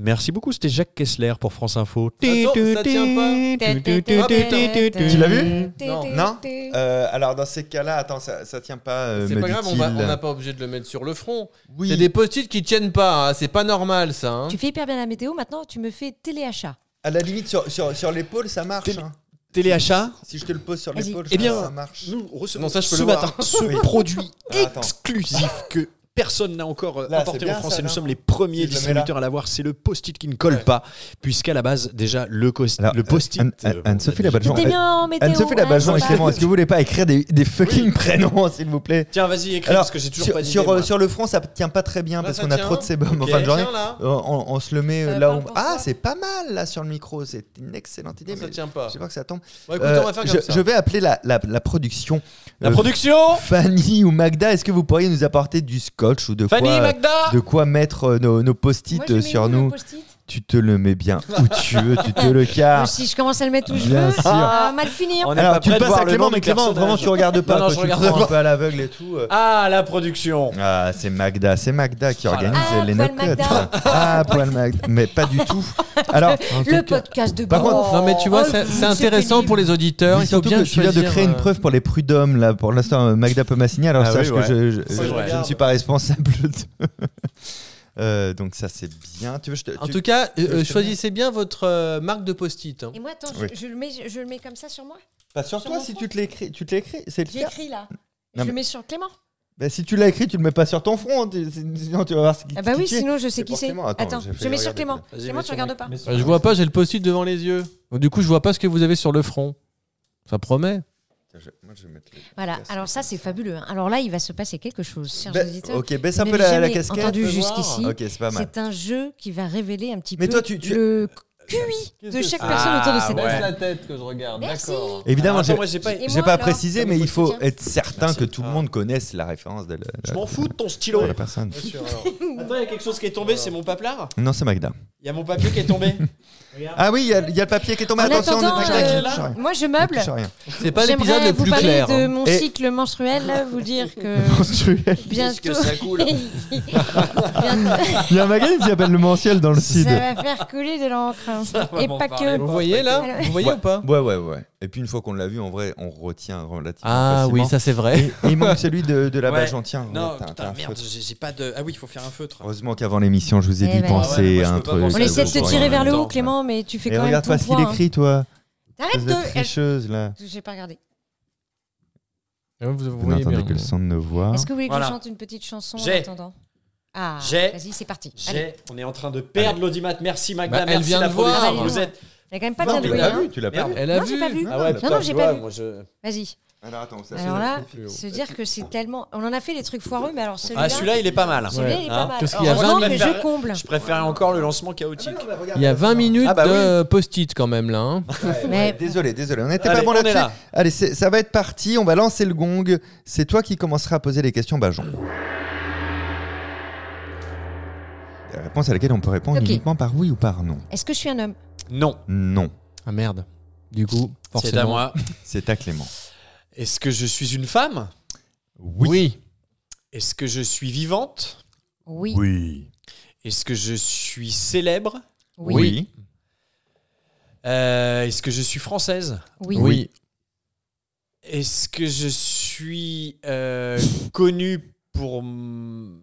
S3: Merci beaucoup, c'était Jacques Kessler pour France Info.
S4: Attends, ça tient
S5: Ah, putain.
S2: Tu l'as vu
S4: Non.
S2: Non Euh, Alors, dans ces cas-là, attends, ça, ça tient pas. euh,
S4: C'est
S2: me
S4: pas grave, on
S2: dit-il.
S4: va- on n'est pas obligé de le mettre sur le front.
S2: Oui.
S4: C'est des post-it qui tiennent pas, hein, c'est pas normal ça. hein.
S5: Tu fais hyper bien la météo, maintenant tu me fais téléachat.
S2: À la limite, sur, sur, sur l'épaule, ça marche.
S3: Télé-
S2: hein.
S3: Téléachat,
S2: Si je te le pose sur
S5: Vas-y.
S2: l'épaule,
S3: Eh
S2: ça-
S3: bien,
S2: ça marche.
S3: nous recevons
S4: Non, ça, je peux
S3: ce
S4: le voir.
S3: matin ce
S2: hein. Oui.
S3: produit
S2: Ah, attends.
S3: exclusif que personne n'a encore euh,
S2: Là, c'est
S3: apporté
S2: bien,
S3: en France
S2: ça,
S3: et nous
S2: là.
S3: sommes les
S2: Si je
S3: premiers
S2: le mets
S3: distributeurs à l'avoir. C'est le post-it qui ne colle
S4: Ouais.
S3: pas, puisqu'à la base, déjà, le, cos-
S2: Alors,
S3: le post-it.
S2: Anne-
S3: euh,
S2: Anne-
S3: on
S2: Anne-Sophie
S3: l'a dit.
S2: Labajon.
S5: T'es
S2: elle-
S5: bien en météo.
S2: Anne-Sophie
S5: hein,
S2: Labajon et
S5: sympa.
S2: Clément, est-ce que vous voulez pas écrire des, des fucking prénoms, s'il vous plaît
S3: Tiens, vas-y, écris
S2: Alors,
S3: parce que j'ai toujours
S2: sur,
S3: pas d'idée.
S2: sur, euh,
S3: moi.
S2: sur le front, ça tient pas très bien
S4: Là,
S2: parce
S4: ça
S2: qu'on a
S4: tient. hein.
S2: trop de sébum en
S3: Ok.
S2: fin de journée.
S4: Tiens, là.
S2: Euh, On, on se le met
S5: Euh,
S2: là
S5: parle
S2: où.
S5: pour
S2: Ah,
S5: toi.
S2: c'est pas mal là sur le micro. C'est une excellente idée.
S4: Non, ça
S2: mais
S4: tient pas.
S2: je sais pas que ça tombe.
S4: Bon, écoute,
S2: Euh,
S4: on va faire
S2: je,
S4: comme ça.
S2: je vais appeler la, la- la production.
S3: La
S2: Euh,
S3: production
S2: Fanny ou Magda, est-ce que vous pourriez nous apporter du scotch ou de
S3: Fanny,
S2: quoi
S3: Magda
S2: de quoi mettre euh, nos, nos
S5: Moi, je
S2: post-it
S5: mets
S2: sur
S5: où, le
S2: nous
S5: post-it
S2: tu te le mets bien où tu veux, tu te le
S5: Moi,
S2: casses.
S5: Si je commence à le mettre où je
S2: Ah. Bien
S5: veux,
S2: sûr.
S5: ça va mal finir.
S3: On est
S2: Alors
S3: pas
S2: tu
S3: prêt de
S2: passes
S3: voir
S2: à
S3: le
S2: Clément,
S3: nom
S2: mais
S3: du
S2: Clément,
S3: personnage.
S2: vraiment tu regardes pas,
S3: Non, non,
S2: quoi,
S3: je
S2: tu
S3: regarde
S2: prends
S3: pas.
S2: un peu à l'aveugle et tout. euh.
S3: Ah, la production
S2: Ah, c'est Magda, c'est Magda qui
S3: Ah là
S2: organise
S5: là.
S2: les
S5: Ah,
S2: no
S5: poil Magda.
S2: Ah, poil Magda, mais pas du tout. Alors,
S5: Le podcast de
S2: Par
S5: Bon.
S2: contre-
S4: Non mais tu vois,
S5: Oh,
S4: c'est- c'est
S5: c'est
S4: intéressant
S5: pénible.
S4: pour les auditeurs.
S2: dis
S4: Il faut
S2: surtout
S4: bien
S2: que tu viens de
S4: choisir,
S2: créer
S4: euh,
S2: une preuve pour les prud'hommes là. Pour l'instant, euh, Magda peut m'assigner. Alors
S3: Ah
S2: sache
S3: oui,
S2: que
S3: ouais.
S2: je, je-
S3: Ça, je
S2: je ne
S3: regarde.
S2: suis pas responsable. de- Euh, donc ça c'est bien. Tu veux je te-
S4: En
S2: tu-
S4: tout cas, euh,
S2: veux que je te
S4: choisissez bien votre euh, marque de post-it. hein.
S5: Et moi, attends, je-
S2: Oui.
S5: je, le mets, je le mets comme ça sur moi.
S2: Pas sur
S5: Sur
S2: toi
S5: mon
S2: si
S5: front.
S2: tu te l'écris, tu te l'écris, c'est le cas.
S5: J'écris là.
S2: Non,
S5: je
S2: mais-
S5: le mets sur Clément.
S2: Bah, si tu l'as écrit, tu le mets pas sur ton front. hein, tu- Sinon tu vas voir ce qui.
S5: Ah bah oui,
S2: qui-
S5: sinon je sais
S2: C'est
S5: qui
S2: pour
S5: c'est.
S2: Clément.
S5: Attends,
S2: Attends, j'ai
S5: je
S2: fait
S5: mets sur
S2: regarder
S5: Clément.
S3: Vas-y,
S5: Clément,
S3: mets
S5: tu
S3: sur
S5: regardes
S3: mon-
S5: pas.
S3: mets sur
S4: Euh,
S3: mon-
S4: Je vois pas, j'ai le post-it devant les yeux. Donc, Du coup, je vois pas ce que vous avez sur le front. Ça promet.
S2: Je- moi, je vais mettre les-
S5: Voilà,
S2: Yes.
S5: alors ça c'est fabuleux. hein. Alors là, il va se passer quelque chose, chers
S2: Ba-
S5: auditeurs.
S2: Ben, Bah, ok, baisse
S5: Vous
S2: un peu
S5: n'avez
S2: la, la
S5: jamais
S2: casquette.
S5: entendu
S2: Voir.
S5: jusqu'ici.
S2: Ok, c'est pas mal.
S5: C'est un jeu qui va révéler un petit
S2: Mais
S5: peu
S2: toi, tu- tu-
S5: le QI de chaque
S3: c'est
S5: personne autour de
S3: Ah,
S5: cette
S3: ouais.
S5: table.
S4: tête que je regarde.
S5: Merci. d'accord.
S2: Évidemment,
S3: Alors,
S2: j'ai
S3: attends, moi, j'ai pas.
S5: Et
S2: j'ai
S5: moi,
S2: pas
S5: alors
S2: précisé,
S5: Comme
S2: mais
S5: vous
S2: il faut
S5: soutien.
S2: être certain
S3: Merci.
S2: que tout le
S3: Ah.
S2: monde connaisse la référence de la,
S3: Je
S2: la-
S3: m'en fous de ton
S2: de
S3: stylo.
S2: la personne.
S3: Monsieur, alors. Attends, il y a quelque chose qui est tombé, c'est mon paplard
S2: Non, c'est Magda.
S3: Il y a mon papier qui est tombé. Regarde.
S2: Ah oui, il y, a il y a le papier qui est tombé.
S5: En
S2: Attention,
S5: attendant,
S2: ne touche
S5: euh,
S2: rien, ne touche rien.
S5: Moi je
S2: Ne
S5: meuble.
S2: touche rien.
S4: C'est pas l'épisode
S5: J'aimerais
S4: le
S5: vous
S4: plus
S5: parler
S4: clair.
S5: de
S4: hein.
S5: mon
S2: Et-
S5: cycle menstruel, là, vous dire que
S2: Oh, Menstruel.
S3: Qu'est-ce
S5: bientôt,
S3: que ça coule
S5: bientôt,
S2: Il y a un magazine qui s'appelle Le Mensuel dans le Cid.
S5: ça va faire couler de l'encre. hein. Et
S3: m'en
S5: pas
S3: parler.
S5: que.
S4: Vous voyez là
S5: Alors-
S4: Vous voyez ou pas
S2: Ouais, ouais, ouais. Et puis une fois qu'on l'a vu, en vrai, on retient relativement
S4: Ah oui,
S2: facilement.
S4: ça c'est vrai.
S2: Et il manque celui de, de la
S3: Ouais.
S2: Bajon. Tiens,
S3: Non,
S2: ouais, t'as- t'as
S3: putain,
S2: un
S3: merde,
S2: feutre.
S3: j'ai j'ai pas de. Ah oui, il faut faire un feutre.
S2: Heureusement qu'avant l'émission, je vous ai
S5: Eh
S2: dit
S5: ben.
S3: Ah ouais,
S2: penser
S3: moi,
S2: à
S3: je
S2: un
S3: peux pas
S2: truc.
S3: penser
S5: On
S3: Ça
S5: essaie de
S3: vous
S5: te
S3: prend
S5: tirer
S3: en
S5: vers le
S3: même
S5: haut,
S3: temps.
S5: Clément, mais tu fais
S2: Et
S5: quand même
S2: regarde
S5: ton
S2: pas ce qu'il
S5: point. hein.
S2: écrit, toi.
S5: T'arrêtes
S2: Espèce de
S5: de.
S2: tricheuse, là.
S5: J'ai pas regardé.
S4: Vous
S2: Vous n'entendez que le son de nos voix.
S5: Est-ce que vous voulez que
S3: Voilà.
S5: je chante une petite chanson en
S3: J'ai.
S5: attendant Ah,
S3: J'ai.
S5: vas-y, c'est parti. Allez.
S3: J'ai. On est en train de perdre l'audimat. Merci Magda,
S4: Bah, elle
S3: merci
S4: vient
S3: la
S4: de voir.
S3: production.
S5: Allez,
S3: Vous
S5: non.
S3: êtes.
S5: Il a quand même pas
S2: Non,
S5: bien
S2: tu
S5: joué.
S2: l'as
S5: hein.
S2: vu, tu l'as pas
S3: Merde.
S2: vu.
S4: Elle a
S5: Non, j'ai
S4: vu.
S5: pas vu.
S2: Ah ouais,
S5: non,
S3: putain,
S5: non,
S3: je
S5: j'ai
S3: vois,
S5: pas vu.
S3: moi, je-
S5: Vas-y.
S2: Alors attends, ça Ah,
S5: Alors là, se dire que c'est tellement. On en a fait des trucs foireux, mais alors celui-là.
S3: Ah, celui-là, il est pas mal.
S5: celui-là, il est pas
S3: Hein
S5: mal.
S4: Qu'est-ce qu'il y a,
S5: Alors, non,
S3: 20
S5: mais je
S3: préfère-
S5: comble.
S3: Je préférais encore le lancement chaotique.
S4: Il y a 20 minutes
S3: Ah bah oui.
S4: de post-it quand même là. hein.
S5: Mais
S2: Désolé, désolé, on n'était
S3: Allez,
S2: pas bon
S3: on est
S2: là-dessus.
S3: là.
S2: Allez, c'est- ça va être parti, on va lancer le gong. C'est toi qui commenceras à poser les questions, Bajon. La réponse à laquelle on peut répondre
S5: Ok.
S2: uniquement par oui ou par non.
S5: est-ce que je suis un homme
S3: Non,
S2: Non,
S4: Ah merde. Du coup, forcément.
S3: c'est à moi.
S2: c'est à Clément.
S3: Est-ce que je suis une femme
S2: Oui.
S3: Est-ce que je suis vivante
S5: Oui.
S2: Oui.
S3: Est-ce que je suis célèbre
S5: Oui.
S3: Euh, Est-ce que je suis française
S5: Oui.
S4: Oui. Oui.
S3: Est-ce que je suis euh, connue pour m-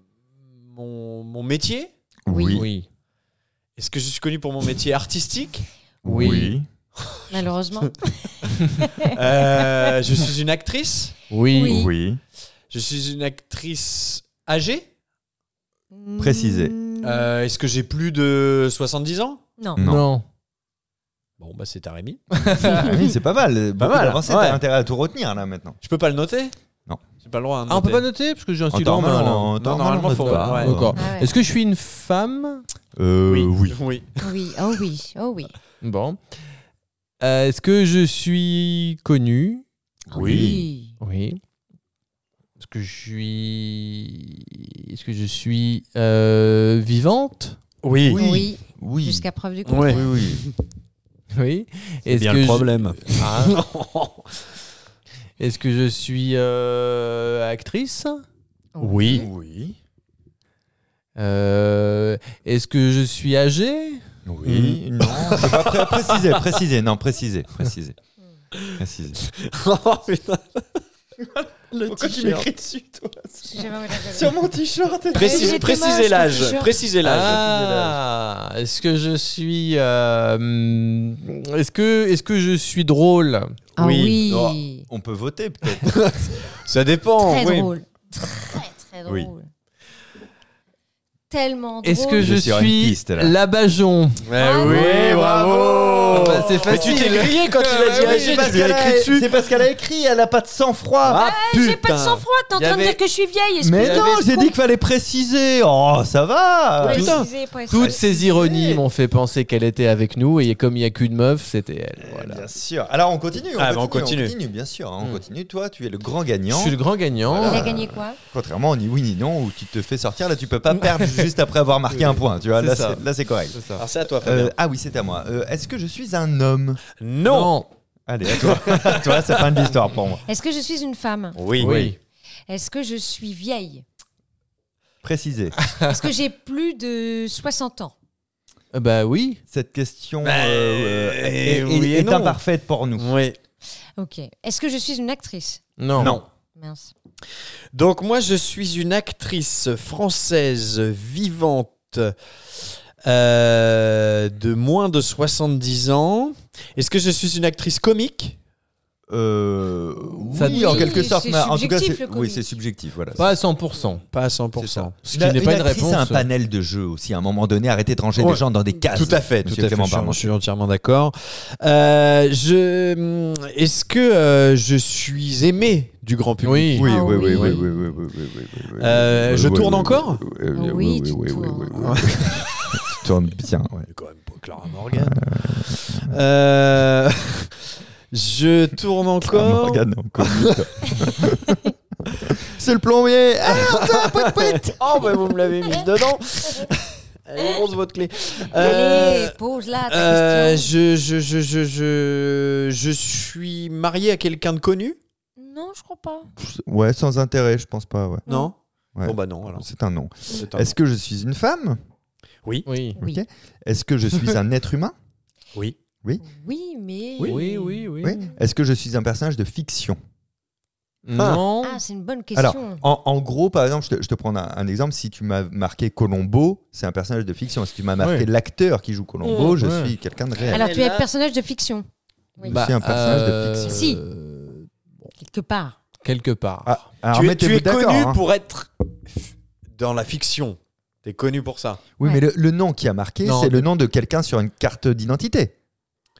S3: mon, mon métier
S5: Oui.
S4: Oui.
S3: Est-ce que je suis connue pour mon métier artistique
S4: Oui.
S5: Malheureusement.
S3: Euh, Je suis une actrice
S5: Oui.
S2: Oui.
S3: Je suis une actrice âgée
S2: Précisé.
S5: Mm,
S3: Euh, Est-ce que j'ai plus de 70 ans
S5: Non.
S2: Non.
S4: Non.
S3: Bon, bah c'est à Rémi.
S2: Ah oui, c'est pas mal. Pas
S3: mal,
S2: Avancé,
S3: ouais.
S2: T'as intérêt à tout retenir là maintenant.
S3: Je peux pas le noter
S2: Non.
S3: J'ai pas le droit à un
S4: Ah, on peut pas noter parce que j'ai un stylo en main,
S2: normal,
S4: là.
S2: en temps
S3: Non,
S2: normal,
S3: normalement,
S2: on peut
S3: faut-
S2: pas.
S3: ouais.
S4: D'accord.
S5: Ah ouais.
S4: Est-ce que je suis une femme
S2: Euh, oui.
S3: Oui.
S5: Oui. Oh oui. Oh oui.
S4: Bon. Euh, Est-ce que je suis connue
S5: Oh oui.
S4: Oui. Est-ce que je suis. Est-ce que je suis euh, vivante
S3: Oui.
S2: Oui.
S5: Oui.
S2: Oui.
S5: Jusqu'à preuve du
S2: Oui,
S5: contraire.
S2: oui.
S4: Oui. Est-ce
S3: bien
S4: que
S3: le
S4: je-
S3: problème.
S4: Ah. Est-ce que je suis euh, actrice
S3: Oui.
S2: Oui.
S4: Euh, Est-ce que je suis âgée
S2: Oui. Non. c'est pas pré- préciser, préciser. Non, préciser, préciser.
S5: Mm.
S2: Préciser.
S3: oh putain. Le
S2: Pourquoi tu
S3: t-shirt.
S2: m'écris
S3: dessus, toi
S5: J'ai vraiment la gueule.
S2: mon t-shirt.
S5: Mais il
S3: Précisez
S5: était moche,
S3: précisez
S5: ton
S3: l'âge.
S5: t-shirt.
S3: Précisez l'âge.
S4: Ah, est-ce que je suis euh, hum, est-ce que est-ce que je suis drôle
S5: Ah
S3: Oui.
S5: oui.
S2: Oh, On peut voter peut-être.
S3: Ça dépend.
S5: Très
S3: oui.
S5: drôle. Très, très drôle.
S2: Oui.
S5: Tellement drôle.
S4: Est-ce que
S2: Je
S4: je
S2: suis sur une
S4: suis
S2: piste, là.
S4: l'abajon
S3: Eh
S5: oui,
S3: oui, bravo.
S4: Bah,
S2: Ah,
S4: c'est
S3: Oh. Mais tu t'es
S4: facile.
S3: grillé quand il
S2: Euh,
S3: a dit âgé, tu lui as écrit dessus.
S2: C'est parce qu'elle a écrit, elle a pas de sang-froid.
S3: Ah putain.
S5: J'ai pas de sang-froid, t'es en
S3: Il y
S5: train de
S3: avait-
S5: dire que je suis vieille.
S2: mais
S5: excuse-moi.
S2: non, j'ai dit qu'il fallait préciser. Oh, ça va.
S5: Préciser,
S4: putain.
S5: préciser.
S4: Toutes ces ironies m'ont fait penser qu'elle était avec nous et comme il n'y a qu'une meuf, c'était elle.
S3: Euh,
S2: Eh
S4: Voilà.
S2: Bien sûr. Alors on continue. On,
S3: Ah,
S2: continue,
S3: bah, on continue.
S2: on bien sûr. hein, on
S4: Hmm.
S2: continue. Toi, tu es le grand
S4: Je
S2: gagnant.
S4: suis le grand gagnant.
S5: Il a
S2: Voilà.
S5: gagné quoi
S2: Contrairement au ni oui ni non où tu te fais sortir, là tu peux pas perdre juste après avoir marqué un point. Tu vois,
S3: C'est
S2: là,
S3: ça.
S2: c'est- là, c'est correct.
S3: Alors c'est à toi,
S2: Euh,
S3: Fabien.
S2: ah oui, c'est à moi. Euh, Est-ce que je suis un homme
S3: non.
S2: Allez, à toi. tu vois, c'est fin de l'histoire pour moi.
S5: Est-ce que je suis une femme
S3: Oui.
S4: Oui.
S5: Est-ce que je suis vieille
S2: Précisé.
S5: Est-ce que j'ai plus de 60 ans
S4: Euh, Bah oui.
S2: Cette question
S3: Bah,
S2: euh, est, est-
S3: oui et
S2: est
S3: non.
S2: imparfaite pour nous.
S3: Oui.
S5: Ok. Est-ce que je suis une actrice
S4: Non.
S2: Non.
S5: Mince.
S3: Donc moi, je suis une actrice française vivante euh, de moins de 70 ans. Est-ce que je suis une actrice comique
S2: Euh,
S4: Ça
S2: oui,
S4: dépend.
S2: en quelque sorte.
S5: C'est
S2: mais en tout cas,
S5: subjectif,
S2: c'est-
S5: le
S2: oui,
S5: comique.
S2: c'est subjectif. Voilà.
S4: Pas à 100%.
S3: Pas à
S2: C'est
S3: 100%.
S2: ça.
S3: Ce qui n'est pas une
S2: actrice
S4: réponse.
S2: a un panel de jeux aussi. À un moment donné, arrêtez de ranger
S3: Ouais.
S2: les gens dans des cases.
S3: Tout à fait, tout
S2: Monsieur
S3: à fait.
S2: Clément
S3: je suis-
S2: Barman.
S3: Je suis entièrement d'accord. Euh, je, est-ce que euh, je suis aimé du grand public
S4: Oui.
S2: Oui,
S5: Ah
S2: oui, oui, oui,
S5: oui.
S2: oui, oui, oui, oui, oui, oui,
S3: Euh,
S2: oui,
S3: je
S2: oui,
S3: tourne
S2: oui,
S3: encore
S2: oui, oui,
S5: Ah Oui, tu
S2: oui,
S5: tournes.
S2: oui, oui, oui. Tu tournes bien. ouais.
S3: C'est quand même pas Clara Morgan. Euh, je tourne
S2: Ah,
S3: encore.
S2: Morgane, non, comme lui, toi. C'est le plombier.
S3: Oh, bah vous me l'avez mise dedans. Allez, on se votre clé. Euh,
S5: Allez, pose là ta
S3: euh,
S5: question.
S3: je, je, je, je, je, je suis marié à quelqu'un de connu
S5: Non, je crois pas.
S2: Ouais, sans intérêt, je pense pas. ouais.
S5: Mm.
S3: Non
S2: Ouais.
S3: Bon, bah non, alors.
S2: C'est un nom.
S3: C'est un-
S2: Est-ce que je suis une femme
S3: Oui.
S4: Oui.
S5: Oui.
S2: Ok. Est-ce que je suis un être humain
S3: Oui.
S5: Oui, mais.
S4: Oui, oui, oui.
S2: Oui. Est-ce que je suis un personnage de fiction
S4: Non.
S5: Ah, c'est une bonne question.
S2: Alors, en, en gros, par exemple, je te, je te prends un, un exemple. Si tu m'as marqué Colombo, c'est un personnage de fiction. Si tu m'as marqué
S4: Ouais.
S2: l'acteur qui joue Colombo,
S4: Ouais.
S2: je
S4: Ouais.
S2: suis quelqu'un de réel.
S5: Alors, tu es
S3: Là-
S5: personnage de fiction, oui.
S4: Bah,
S2: Je suis
S3: Bah,
S2: un personnage de
S4: euh,
S2: fiction.
S5: Si. quelque part.
S4: Quelque part.
S2: Ah, alors
S3: tu es, tu
S2: mettez-vous
S3: es
S2: d'accord,
S3: connu
S2: hein.
S3: pour être f- dans la fiction. T'es connu pour ça.
S2: Oui,
S5: Ouais.
S2: mais le, le nom qui a marqué,
S4: Non,
S2: c'est le
S4: mais-
S2: nom de quelqu'un sur une carte d'identité.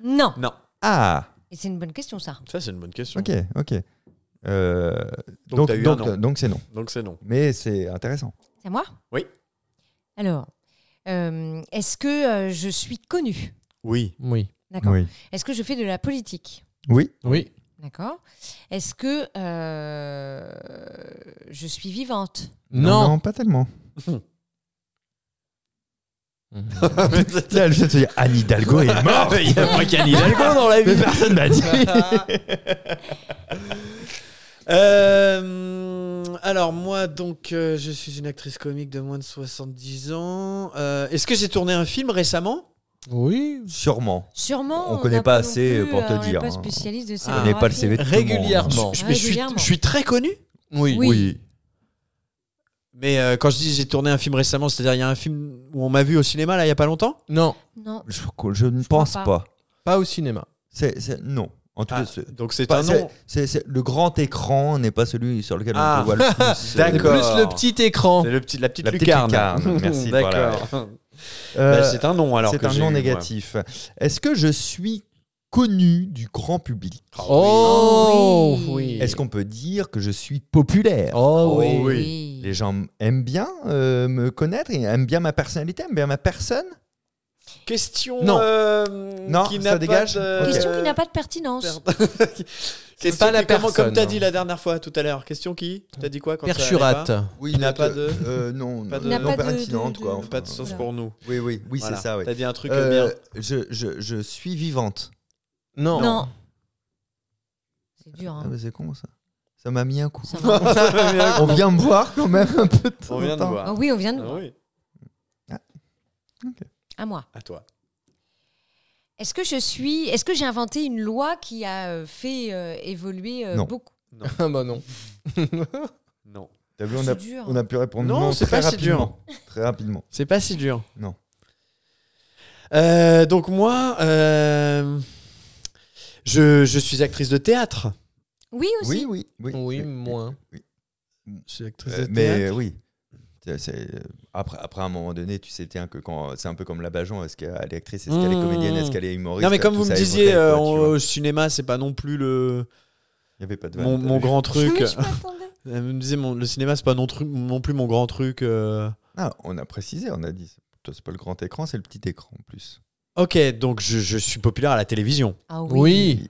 S5: Non.
S3: Non.
S2: Ah,
S5: Et c'est une bonne question, ça.
S3: Ça, c'est une bonne question.
S2: ok, ok. Euh,
S3: Donc,
S2: donc,
S3: t'as eu
S2: donc,
S3: un nom.
S2: donc c'est non.
S3: Donc, c'est non.
S2: Mais c'est intéressant.
S5: C'est à moi
S3: Oui.
S5: Alors, euh, est-ce que euh, je suis connue
S3: Oui.
S4: Oui.
S5: D'accord. Est-ce que je fais de la politique
S2: Oui.
S4: Oui.
S5: D'accord. Est-ce que euh, je suis vivante
S2: Non,
S4: Non.
S2: pas tellement.
S3: Il
S2: Là, elle vient de se dire Anne Hidalgo est morte.
S3: y a pas qu'Anne Hidalgo dans la vie.
S2: Personne n'a dit.
S3: Euh, alors moi donc euh, je suis une actrice comique de moins de 70 ans. Euh, Est-ce que j'ai tourné un film récemment
S4: Oui.
S2: Sûrement.
S5: Sûrement.
S2: On connaît
S5: n'a
S2: pas
S5: non
S2: assez
S5: plus,
S2: pour te
S5: euh, on n'est
S2: dire,
S5: pas
S2: hein.
S5: spécialiste de
S3: On
S2: On n'est pas le
S5: scénographie.
S2: CV de tout le monde.
S4: Régulièrement.
S3: Je- mais je, suis,
S5: Ah, Régulièrement.
S3: je suis très connu.
S4: Oui.
S5: Oui.
S3: Mais euh, quand je dis j'ai tourné un film récemment, c'est-à-dire il y a un film où on m'a vu au cinéma là il y a pas longtemps.
S4: Non.
S5: Non.
S2: Je, je ne
S5: crois
S2: pense pas.
S5: pas.
S4: Pas au cinéma.
S2: C'est, c'est- non. En tout
S3: Ah,
S2: cas, c'est-
S3: donc c'est
S2: pas-
S3: un
S2: c'est-
S3: nom.
S2: c'est- c'est- le grand écran n'est pas celui sur lequel
S3: Ah.
S2: on te voit le plus. euh,
S4: Plus
S3: D'accord.
S4: le petit écran.
S3: C'est le petit, la petite
S2: La petite
S3: lucarne.
S2: lucarne, merci,
S3: D'accord.
S2: Euh,
S3: Bah, c'est un nom alors.
S2: c'est
S3: que
S2: un
S3: j'ai
S2: nom
S3: eu,
S2: négatif. Est-ce que je suis connu du grand public
S3: moi.
S4: Oh
S5: Ah oui.
S4: oui.
S2: Est-ce qu'on peut dire que je suis populaire
S4: Oh oui.
S3: oui.
S2: Les gens m- aiment bien euh, me connaître, ils aiment bien ma personnalité, aiment bien ma personne.
S3: Question.
S4: Non.
S3: euh,
S2: Non,
S3: qui
S2: ça
S3: n'a pas
S2: dégage
S3: de-
S2: Ok.
S5: Question qui n'a pas de pertinence.
S3: C'est
S4: pas la
S3: comment,
S4: personne.
S3: Comme t'as dit la dernière fois, tout à l'heure. Question qui T'as dit quoi quand ça allait
S4: Perchurate.
S3: pas
S2: Oui,
S3: Il n'a pas de-
S2: euh, non,
S3: pas de-
S2: non,
S3: Il n'a pas
S5: de-
S2: pertinente,
S5: de-
S2: quoi.
S5: de-
S2: enfin.
S3: Pas de sauce
S5: Voilà.
S3: pour nous.
S2: Oui, oui, oui,
S3: Voilà.
S2: c'est ça. Oui.
S3: T'as dit un truc
S2: Euh,
S3: bien.
S2: je, je, je suis vivante.
S4: Non.
S5: Non. C'est dur.
S2: Ah,
S5: Hein.
S2: mais c'est con ça. Ça m'a mis un coup.
S5: Ça va.
S2: On vient me voir quand même un peu de temps
S3: On vient
S2: en
S3: de
S2: temps.
S5: Ah
S3: voir.
S5: oui, on vient de.
S3: Ah oui.
S5: À moi.
S3: À toi.
S5: Est-ce que je suis. Est-ce que j'ai inventé une loi qui a euh, fait euh, évoluer euh,
S2: Non.
S5: beaucoup
S4: Ah bah non.
S3: Non.
S2: T'as vu, on
S5: C'est
S2: a,
S5: dur.
S2: on a pu répondre
S3: Non, c'est
S2: très
S3: pas si dur.
S2: rapidement. Très rapidement.
S3: C'est pas si dur.
S2: Non.
S3: Euh, donc moi, euh, je, je suis actrice de théâtre.
S5: Oui aussi.
S2: Oui, oui, oui.
S4: Oui, moins.
S3: Je suis actrice
S2: Euh, mais oui. C'est- c'est- euh, Après, après, à un moment donné, tu sais bien que quand c'est un peu comme la Bajon, est-ce qu'elle est actrice, est-ce qu'elle est
S3: Mmh.
S2: comédienne, est-ce qu'elle est humoriste
S3: non mais comme
S2: euh, tout
S3: vous me
S2: ça évolue,
S3: disiez,
S2: quoi,
S3: euh,
S2: tu vois.
S3: au cinéma, c'est pas non plus le
S2: il n'y avait pas de
S3: mon,
S2: vanne, t'as
S3: mon
S2: vu.
S3: grand truc.
S5: Oui, je m'attendais.
S3: Elle me disait mon- le cinéma, c'est pas non, tru- non plus mon grand truc. euh.
S2: Ah, on a précisé, on a dit, c'est- toi, c'est pas le grand écran, c'est le petit écran en plus.
S3: Ok, donc je, je suis populaire à la télévision.
S5: Ah oui.
S4: Oui.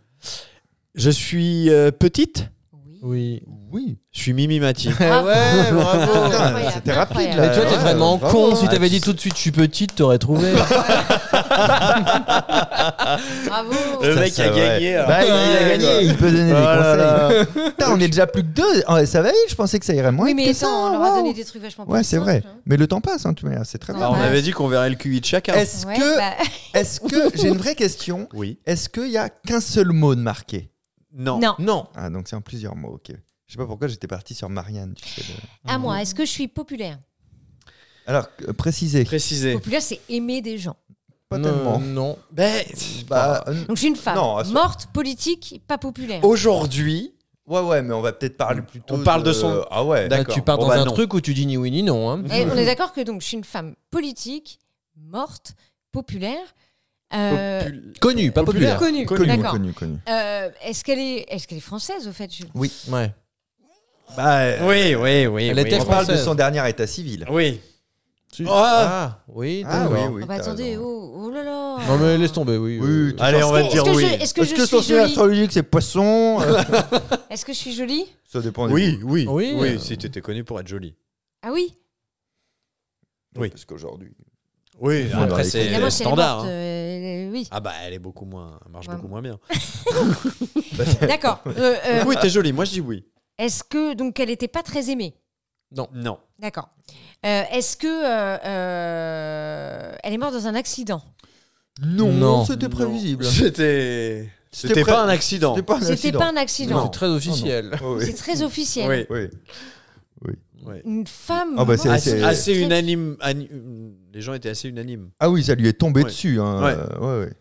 S3: Je suis euh, petite.
S5: Oui. oui.
S4: Oui.
S2: Oui.
S3: Je suis Mimi Mati.
S5: Ah.
S4: ouais, bravo.
S2: Putain,
S5: Incroyable,
S2: C'était rapide.
S5: incroyable.
S2: là.
S4: Mais toi, t'es
S2: Ouais,
S4: vraiment
S2: bravo.
S4: con. Si
S2: Ah,
S4: t'avais dit tout de suite, je suis petite, t'aurais trouvé.
S5: Bravo.
S3: Le
S2: Ça,
S3: mec
S2: ça,
S3: a
S2: ouais.
S3: gagné. alors.
S2: Bah, il
S3: Ouais,
S2: a
S3: quoi.
S2: gagné, il peut donner
S3: Oh là
S2: des conseils. Putain, on est déjà plus que deux. Ah, ça va vite, je pensais que ça irait moins
S5: Oui,
S2: vite
S5: mais
S2: que ça.
S5: attends, on leur a
S2: waouh.
S5: donné des trucs vachement plus
S2: Ouais, c'est
S5: simples,
S2: vrai.
S5: hein.
S2: Mais le temps passe, hein, tu m'as- c'est très
S5: Ouais.
S2: bien.
S3: Alors, Bah, on avait dit qu'on verrait le QI de chacun.
S2: Est-ce
S5: Ouais,
S2: que,
S5: bah,
S2: est-ce que, j'ai une vraie question.
S3: Oui.
S2: Est-ce qu'il y a qu'un seul mot de marqué
S3: Non.
S5: Non.
S4: non.
S2: Ah, donc c'est en plusieurs mots, ok. Je sais pas pourquoi j'étais parti sur Marianne. tu sais, de-
S5: À moi, est-ce que je suis populaire
S2: Alors, euh, précisez.
S3: Précisé.
S5: Populaire, c'est aimer des gens.
S2: Pas
S4: Non,
S2: tellement.
S4: Non.
S3: Ben,
S2: Bah, euh,
S5: Donc je suis une femme
S2: Non, elles sont-
S5: morte, politique, pas populaire.
S3: Oh. aujourd'hui,
S2: ouais, ouais, mais on va peut-être parler plutôt.
S3: On parle de son-
S2: Ah ouais,
S4: Là,
S2: d'accord.
S4: tu pars
S2: Bon,
S4: dans
S2: bah,
S4: un
S2: non.
S4: truc où tu dis ni oui ni non. hein.
S5: Et on est d'accord que donc je suis une femme politique, morte, populaire, euh,
S3: popul-
S4: Connu, pas populaire.
S5: connue.
S2: Connu,
S5: D'accord.
S2: connu, connu.
S5: Euh, est-ce qu'elle est, est-ce qu'elle est française au fait Jules
S4: Ouais.
S2: Bah, euh,
S3: Oui, oui, oui.
S4: Elle
S3: oui.
S4: était
S2: on parle de
S4: française.
S2: son dernier état civil.
S3: Oui.
S4: Tu-
S3: Ah.
S4: Ah, oui.
S2: Ah oui,
S4: d'accord.
S2: oui.
S5: Ah bah,
S2: t'as
S5: Attendez,
S2: raison.
S5: oh, oh là là.
S4: Non, mais laisse tomber, oui.
S2: Oui,
S4: euh,
S2: t'es
S3: Allez,
S2: gentil.
S3: on va
S5: Est-ce
S3: dire
S5: que je-
S3: oui.
S5: Est-ce que,
S2: Est-ce
S5: je
S2: que son
S5: suis
S2: signe
S5: jolie
S2: astrologique c'est poisson Euh,
S5: Est-ce que je suis jolie
S2: Ça dépend.
S3: Oui, oui.
S4: Oui.
S3: Oui, si t'étais connu pour être jolie.
S5: Ah oui.
S3: Oui.
S2: Parce qu'aujourd'hui.
S3: Oui,
S2: après,
S3: après,
S2: c'est
S3: Ah, bah, c'est
S5: Évidemment, si elle est
S3: standard.
S5: morte,
S3: hein.
S5: euh, euh, oui.
S3: Ah bah, elle est beaucoup moins. Elle marche
S5: Ouais.
S3: beaucoup moins bien.
S5: D'accord. Euh, euh,
S3: Oui, t'es jolie. Moi, je dis oui.
S5: Est-ce que donc elle n'était pas très aimée
S3: Non.
S5: D'accord. Euh, Est-ce que euh, euh, elle est morte dans un accident
S2: Non,
S4: Non.
S2: c'était prévisible.
S3: C'était. C'était
S2: C'était
S3: pas
S2: pré-
S3: un accident.
S2: C'était pas un
S5: C'était
S2: accident.
S5: pas un accident.
S4: non, C'est très officiel.
S2: Oh,
S5: C'est
S2: oui.
S5: très officiel.
S3: Oui.
S2: oui.
S3: oui.
S5: Une femme.
S2: Ah bah, c'est-
S5: morte.
S2: c'est-
S3: Assez, assez
S5: Très-
S3: unanime. ani- euh, Les gens étaient assez unanimes.
S2: Ah oui, ça lui est tombé
S3: Ouais.
S2: dessus. Hein.
S3: Ouais.
S2: Euh, ouais, ouais.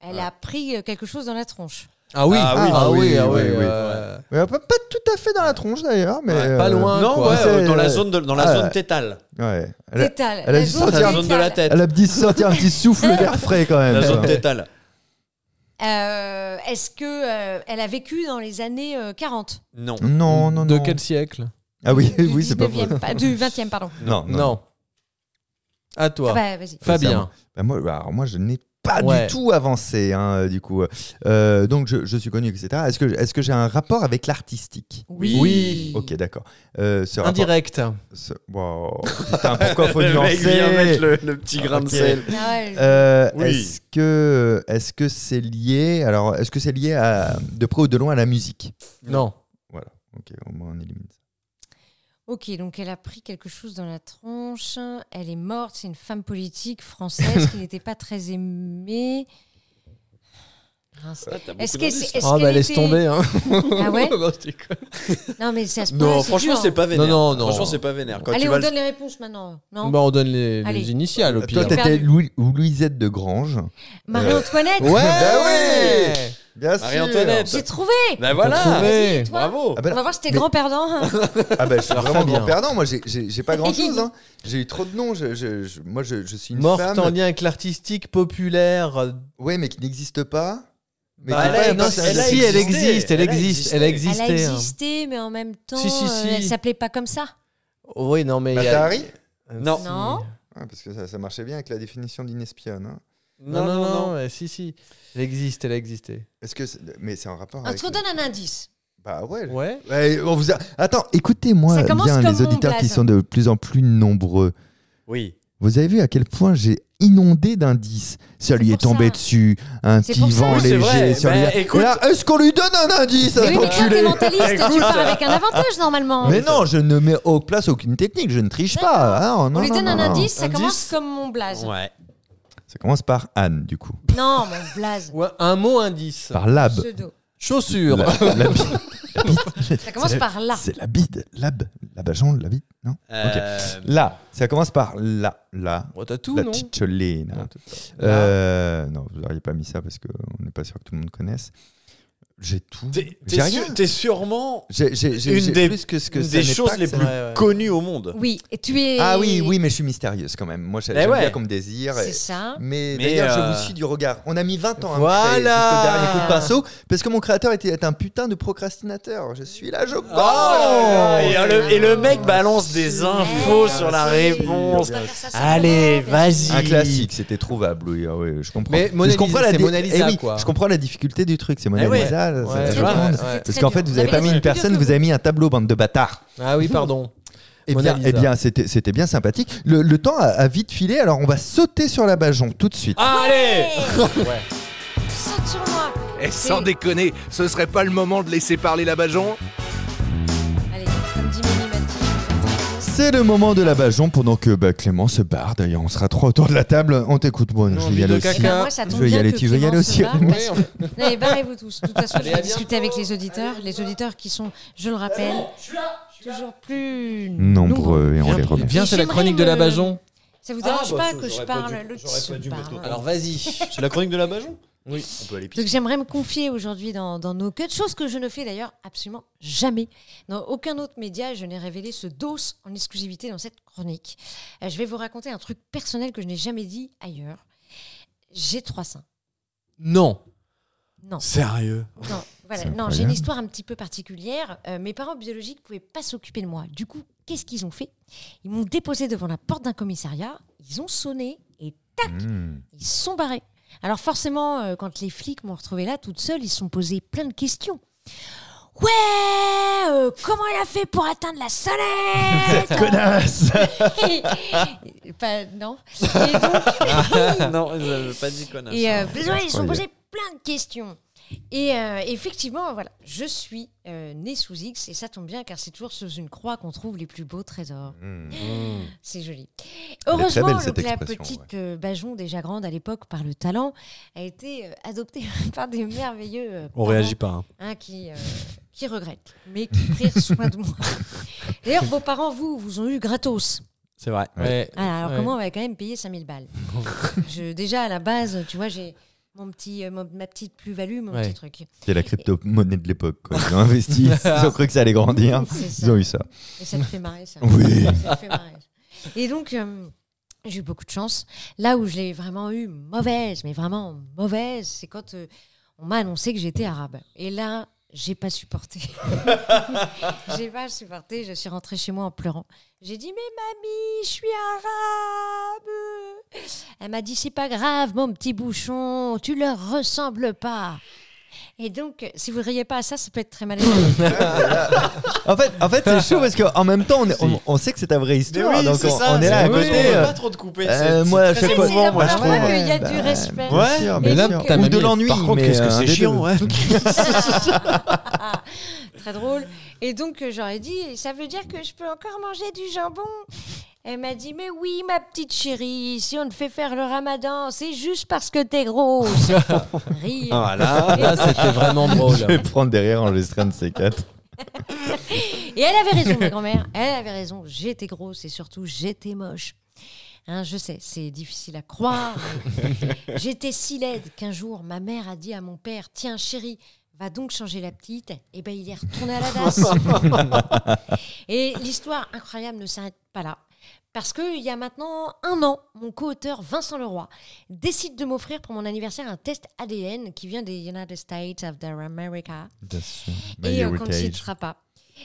S5: Elle a pris euh, quelque chose dans la tronche.
S4: Ah oui,
S3: Ah oui,
S4: ah oui,
S2: oui,
S4: ah oui,
S2: oui, oui.
S4: euh,
S2: Mais pas, pas tout à fait dans la tronche d'ailleurs, mais.
S4: Ouais, pas
S2: euh,
S4: loin.
S3: Non,
S4: quoi.
S3: ouais,
S2: C'est-
S3: euh, dans la zone, de- dans la
S2: Ah,
S3: zone
S2: ouais.
S3: tétale.
S2: Ouais. Elle, a-
S5: Tétale.
S2: elle a dû
S5: zone
S2: sortir
S3: La
S2: un-
S3: zone de la
S5: tétale.
S3: tête.
S2: elle a petit senti un petit souffle d'air frais quand même.
S3: La zone
S2: Eh ben Ouais.
S3: tétale.
S5: Euh, Est-ce que euh, elle a vécu dans les années euh, 40
S3: Non.
S2: Non, non, non.
S4: De quel siècle
S2: Ah oui,
S5: Du
S2: oui, c'est pas vrai.
S5: 19e, pas- Du 20e, pardon.
S2: Non,
S4: non. À toi,
S5: Ah bah, vas-y.
S4: Fabien.
S2: Bah, moi, bah, alors moi, je n'ai pas
S4: Ouais.
S2: du tout avancé, hein, euh, du coup. Euh, donc, je, je suis connu, etc. Est-ce que, est que j'ai un rapport avec l'artistique
S5: Oui.
S4: Oui.
S2: Ok, d'accord. Euh, ce rapport-
S4: Indirect.
S2: ce- Wow. Putain, pourquoi faut
S3: le mec vient
S2: nuancer
S3: mettre le, le petit grain de
S2: Ok.
S3: sel.
S5: Ah ouais, je-
S2: Euh,
S3: Oui.
S2: Est-ce que est-ce que c'est lié alors est-ce que c'est lié à, de près ou de loin à la musique
S4: Non.
S2: Ok, au moins on élimine ça.
S5: Ok, donc elle a pris quelque chose dans la tronche. Elle est morte. C'est une femme politique française qui n'était pas très aimée. Mince.
S3: Euh,
S5: Est-ce que c'est. est-ce
S4: Ah bah
S5: qu'elle
S4: laisse
S5: était-
S4: tomber. Hein.
S5: Ah ouais
S4: Non, je déconne.
S5: Non, mais ça se
S3: Non, franchement, c'est pas vénère.
S4: Non, non, non.
S3: Franchement, c'est pas vénère. Quand
S5: Allez,
S3: tu
S5: on
S3: vas le-
S5: donne les réponses maintenant. Non
S4: Bah, on donne les, les
S5: Allez.
S4: initiales au
S2: Toi
S4: pire.
S2: t'étais
S5: Perdu.
S2: Louis- ou Louisette de Grange.
S5: Marie-Antoinette
S4: Ouais.
S2: Bah
S4: oui.
S2: Bien
S3: Marie-Antoinette.
S5: J'ai trouvé
S3: Bah
S4: T'as
S3: voilà.
S4: trouvé.
S5: Vas-y, toi
S3: Bravo.
S2: Ah
S5: On va
S2: ben,
S5: voir si t'es
S2: Mais-
S5: grand perdant.
S2: ah ben, je suis
S4: Alors,
S2: vraiment
S4: Fabien.
S2: grand perdant. Moi j'ai- j'ai j'ai pas grand chose. hein. J'ai eu trop de noms. Je, je- je- moi je, je suis une
S4: Morte
S2: femme.
S4: en lien avec l'artistique populaire.
S2: Ouais, mais qui n'existe pas. Mais qui
S4: Bah,
S2: est
S4: Ah, elle,
S2: pas
S4: a- non,
S2: impartiale.
S4: elle a- si, elle existe, elle, existe, elle
S5: Elle
S4: existe.
S5: a existé, mais en même temps,
S4: hein. Si, si,
S5: euh,
S4: si.
S5: elle s'appelait pas comme ça.
S4: Oui, non, mais. il y a- Euh,
S2: Mata Hari
S3: Non.
S5: Non.
S2: Bah, Ah, Parce que ça, ça marchait bien avec la définition d'une espionne. hein.
S4: Non, non, non, ouais, si, si. Elle existe, elle a existé.
S2: Est-ce que c'est- mais c'est en rapport
S5: On
S2: avec
S5: te redonne un indice.
S2: Bah ouais.
S4: Ouais.
S2: Ouais, on vous a- Attends, écoutez-moi
S5: Ça commence
S2: bien
S5: comme
S2: les auditeurs
S5: mon
S2: qui
S5: blaze.
S2: sont de plus en plus nombreux.
S3: Oui.
S2: Vous avez vu à quel point j'ai inondé d'indices. Ça lui
S5: C'est
S2: est
S5: pour
S2: tombé
S5: ça.
S2: dessus, un
S5: C'est
S2: petit
S5: pour ça.
S2: vent
S5: Oui,
S3: c'est vrai.
S2: léger sur
S3: Bah,
S2: lui. Et
S3: écoute-
S2: là, est-ce qu'on lui donne un indice à
S5: Mais
S2: cet
S5: oui, mais toi, t'es
S2: Ah, enculé
S5: mentaliste, tu
S3: Écoute.
S5: pars avec un avantage normalement.
S2: Mais non, je ne mets au place aucune technique, je ne triche pas. Ah, non,
S5: On lui
S2: non,
S5: donne
S2: non,
S5: un
S2: non.
S5: indice, ça
S4: Indice.
S5: commence comme mon blaze.
S3: Ouais.
S2: Ça commence par Anne, du coup.
S5: Non, mon blaze.
S4: Ouais, un mot indice.
S2: Par lab.
S5: Pseudo.
S4: Chaussure.
S2: La- la bite. La bite.
S5: Ça commence
S2: C'est-
S5: par là.
S2: C'est la bide. Lab. Labajon, la bide. Non
S3: Euh,
S2: Là. Ça commence par là. Là.
S4: Oh, T'as tout,
S2: la
S4: non
S2: Cicciolina.
S4: Non, tout-
S2: Euh, non, vous n'auriez pas mis ça parce qu'on n'est pas sûr que tout le monde connaisse. J'ai tout.
S3: T'es
S2: J'ai
S3: t'es
S2: rien.
S3: sûr- t'es sûrement
S2: J'ai j'ai- j'ai-
S3: Une
S2: j'ai
S3: des-
S2: plus que ce que
S3: une
S2: ça
S3: des
S2: n'est
S3: choses
S2: pas,
S3: les
S2: c'est
S3: plus
S2: vrai.
S4: Ouais, ouais.
S3: connues au monde.
S5: Oui, et tu es.
S2: Ah oui, oui, mais je suis mystérieuse quand même. Moi, j'ai-
S3: Eh
S2: j'aime
S3: ouais.
S2: bien qu'on me désire. et-
S5: C'est ça.
S2: Mais,
S3: Mais,
S2: d'ailleurs,
S3: euh,
S2: je vous suis du regard. On a mis 20 ans à me
S4: Voilà.
S2: créer jusqu'au dernier coup de pinceau parce que mon créateur était est un putain de procrastinateur. Je suis là, je
S3: Oh là là, et, le, et le mec balance des infos
S5: Ouais,
S3: sur la
S5: si.
S3: réponse.
S5: On va faire ça simplement,
S3: Allez,
S5: bien sûr.
S3: vas-y.
S2: Un Ah, classique, c'était trouvable, oui, ah oui, je comprends.
S4: Mais Mona
S2: je comprends
S4: Lisa,
S2: la
S4: c'est
S2: di-
S4: Mona Lisa,
S2: eh oui,
S4: quoi.
S2: Je comprends la difficulté du truc, c'est Mona
S3: Eh ouais.
S2: Lisa ça, ça,
S4: Ouais,
S2: je
S5: Très
S2: le
S5: bien.
S2: demande.
S4: ouais.
S5: C'était
S2: Parce
S5: très
S2: qu'en
S5: bien.
S2: fait, vous
S5: Vous
S2: n'avez pas
S5: avez
S2: mis une
S5: plus dur
S2: personne,
S5: que
S2: vous avez mis un tableau, bande de bâtards.
S4: Ah oui, pardon.
S2: Eh
S4: Mona
S2: bien,
S4: Lisa.
S2: eh bien c'était, c'était bien sympathique. Le, le temps a, a vite filé, alors on va sauter sur la Bajon tout de
S4: Ah.
S2: suite.
S3: Allez
S5: Saute sur moi.
S1: Et sans déconner, ce serait pas le moment de laisser parler la Bajon
S5: Allez, comme dit Mimi m'a dit, je
S2: C'est le moment de la Bajon pendant que bah, Clément se barre. D'ailleurs, on sera trois autour de la table. On t'écoute, moi.
S4: Non,
S2: je vais y
S4: vite
S2: aller
S4: de
S5: vais
S2: aussi.
S5: faire. Eh ben,
S4: Caca.
S5: moi, ça
S2: Je
S5: tombe
S2: vais y
S5: bien
S2: aller,
S5: que
S2: tu veux y
S5: Clément
S2: aller
S5: se
S2: aussi,
S5: barre,
S2: moi
S5: parce que- Non, mais barrez-vous tous. De toute façon, je
S4: Allez, à
S5: vais
S4: bientôt.
S5: discuter avec les auditeurs. Les auditeurs qui sont, je le rappelle, toujours plus
S2: Nombreux, et on les
S4: Viens,
S2: remercie.
S4: viens, c'est la
S5: J'aimerais
S4: chronique de la
S5: me-
S4: Bajon.
S5: Ça vous
S3: Ah,
S5: dérange
S3: bah,
S5: pas
S3: ça,
S5: que je
S3: j'aurais pas
S5: parle
S3: dû-
S5: le
S3: j'aurais
S5: se
S3: pas dû, mais
S5: barre.
S3: toi,
S4: Alors vas-y.
S3: C'est la chronique de la Bajon
S4: Oui.
S3: On peut aller pisser.
S5: Donc j'aimerais me confier aujourd'hui dans, dans nos cuts, chose que je ne fais d'ailleurs absolument jamais. Dans aucun autre média, je n'ai révélé ce dos en exclusivité dans cette chronique. Euh, je vais vous raconter un truc personnel que je n'ai jamais dit ailleurs. J'ai trois seins.
S4: Non.
S5: Non.
S3: Sérieux
S5: Non, voilà.
S2: C'est
S5: non
S2: incroyable.
S5: j'ai une histoire un petit peu particulière. Euh, mes parents biologiques ne pouvaient pas s'occuper de moi. Du coup, qu'est-ce qu'ils ont fait Ils m'ont déposé devant la porte d'un commissariat, ils ont sonné et tac,
S2: Mmh.
S5: ils se sont barrés. Alors forcément, euh, quand les flics m'ont retrouvée là toute seule, ils se sont posés plein de questions. Ouais, euh, comment il a fait pour atteindre la sonnette
S2: Connasse
S5: Pas- Non. Et donc,
S3: Ah, Non, je pas dit connasse.
S5: et euh, ouais, ils se sont
S2: Incroyable.
S5: posés plein de questions. Et euh, effectivement, voilà, je suis euh, née sous X et ça tombe bien car c'est toujours sous une croix qu'on trouve les plus beaux trésors.
S2: Hmm.
S3: Hmm.
S5: C'est joli.
S2: est très
S5: Heureusement,
S2: belle, cette
S5: donc, la
S2: expression,
S5: petite euh, Bajon, déjà grande à l'époque par le talent, a été euh, adoptée par des merveilleux. euh,
S3: On
S5: parents,
S3: réagit pas. hein.
S5: hein, qui, euh, qui regrettent, mais qui prirent soin de moi. D'ailleurs, vos parents, vous, vous ont eu gratos.
S3: C'est vrai.
S4: Ouais.
S5: Ah, alors
S4: Ouais.
S5: comment on va quand même payer 5000 balles Je- Déjà, à la base, tu vois, j'ai mon petit, euh, mon- ma petite plus-value, mon
S4: Ouais.
S5: petit truc.
S2: C'est la crypto-monnaie de l'époque. quoi. Ils ont investi, ils ont cru que ça allait grandir.
S5: C'est ça.
S2: Ils ont eu ça.
S5: Et ça te fait marrer, ça.
S2: Oui.
S5: Ça te fait marrer. Et donc, euh, j'ai eu beaucoup de chance. Là où je l'ai vraiment eu mauvaise, mais vraiment mauvaise, c'est quand euh, on m'a annoncé que j'étais arabe. Et là, j'ai pas supporté. j'ai pas supporté. Je suis rentrée chez moi en pleurant. J'ai dit, mais mamie, je suis arabe. Elle m'a dit, c'est pas grave, mon petit bouchon, tu leur ressembles pas. Et donc, euh, si vous riez pas à ça, ça peut être très malaisant.
S2: En fait, en fait c'est chaud parce qu'en même temps, on, est- on- on sait que c'est ta vraie histoire. donc on, on est là à
S4: c'est- oui,
S2: côté.
S4: on peut
S2: euh,
S3: pas trop te couper.
S2: euh, moi, à chaque fois,
S5: émouvant, moi, je trouve.
S2: ouais,
S5: qu'il y a
S2: bah,
S5: du respect. euh,
S2: bien
S3: Ouais.
S2: sûr,
S5: Mais
S2: bien
S5: là,
S2: sûr.
S5: ta
S2: Ou
S4: mamie,
S2: de l'ennui.
S3: Par contre,
S2: mais,
S3: qu'est-ce que
S2: euh, un
S3: c'est
S2: des deux.
S3: chiant, ouais.
S5: Très drôle. Et donc, euh, j'aurais dit, ça veut dire que je peux encore manger du jambon Elle m'a dit, mais oui, ma petite chérie, si on te fait faire le ramadan, c'est juste parce que t'es grosse.
S2: Ah,
S5: Rire.
S3: Voilà.
S4: Ah, Là, c'était vraiment
S2: Je
S4: drôle.
S2: vais prendre derrière enregistrer un de ces quatre.
S5: Et elle avait raison, ma grand-mère. Elle avait raison. J'étais grosse et surtout, j'étais moche. Hein, je sais, c'est difficile à croire. mais j'étais si laide qu'un jour, ma mère a dit à mon père Tiens, chérie, va donc changer la petite. Et ben, il est retourné à la DAS. et l'histoire incroyable ne s'arrête pas là. Parce qu'il y a maintenant un an, mon co-auteur Vincent Leroy décide de m'offrir pour mon anniversaire un test ADN qui vient des United States of America et euh, on ne consultera pas.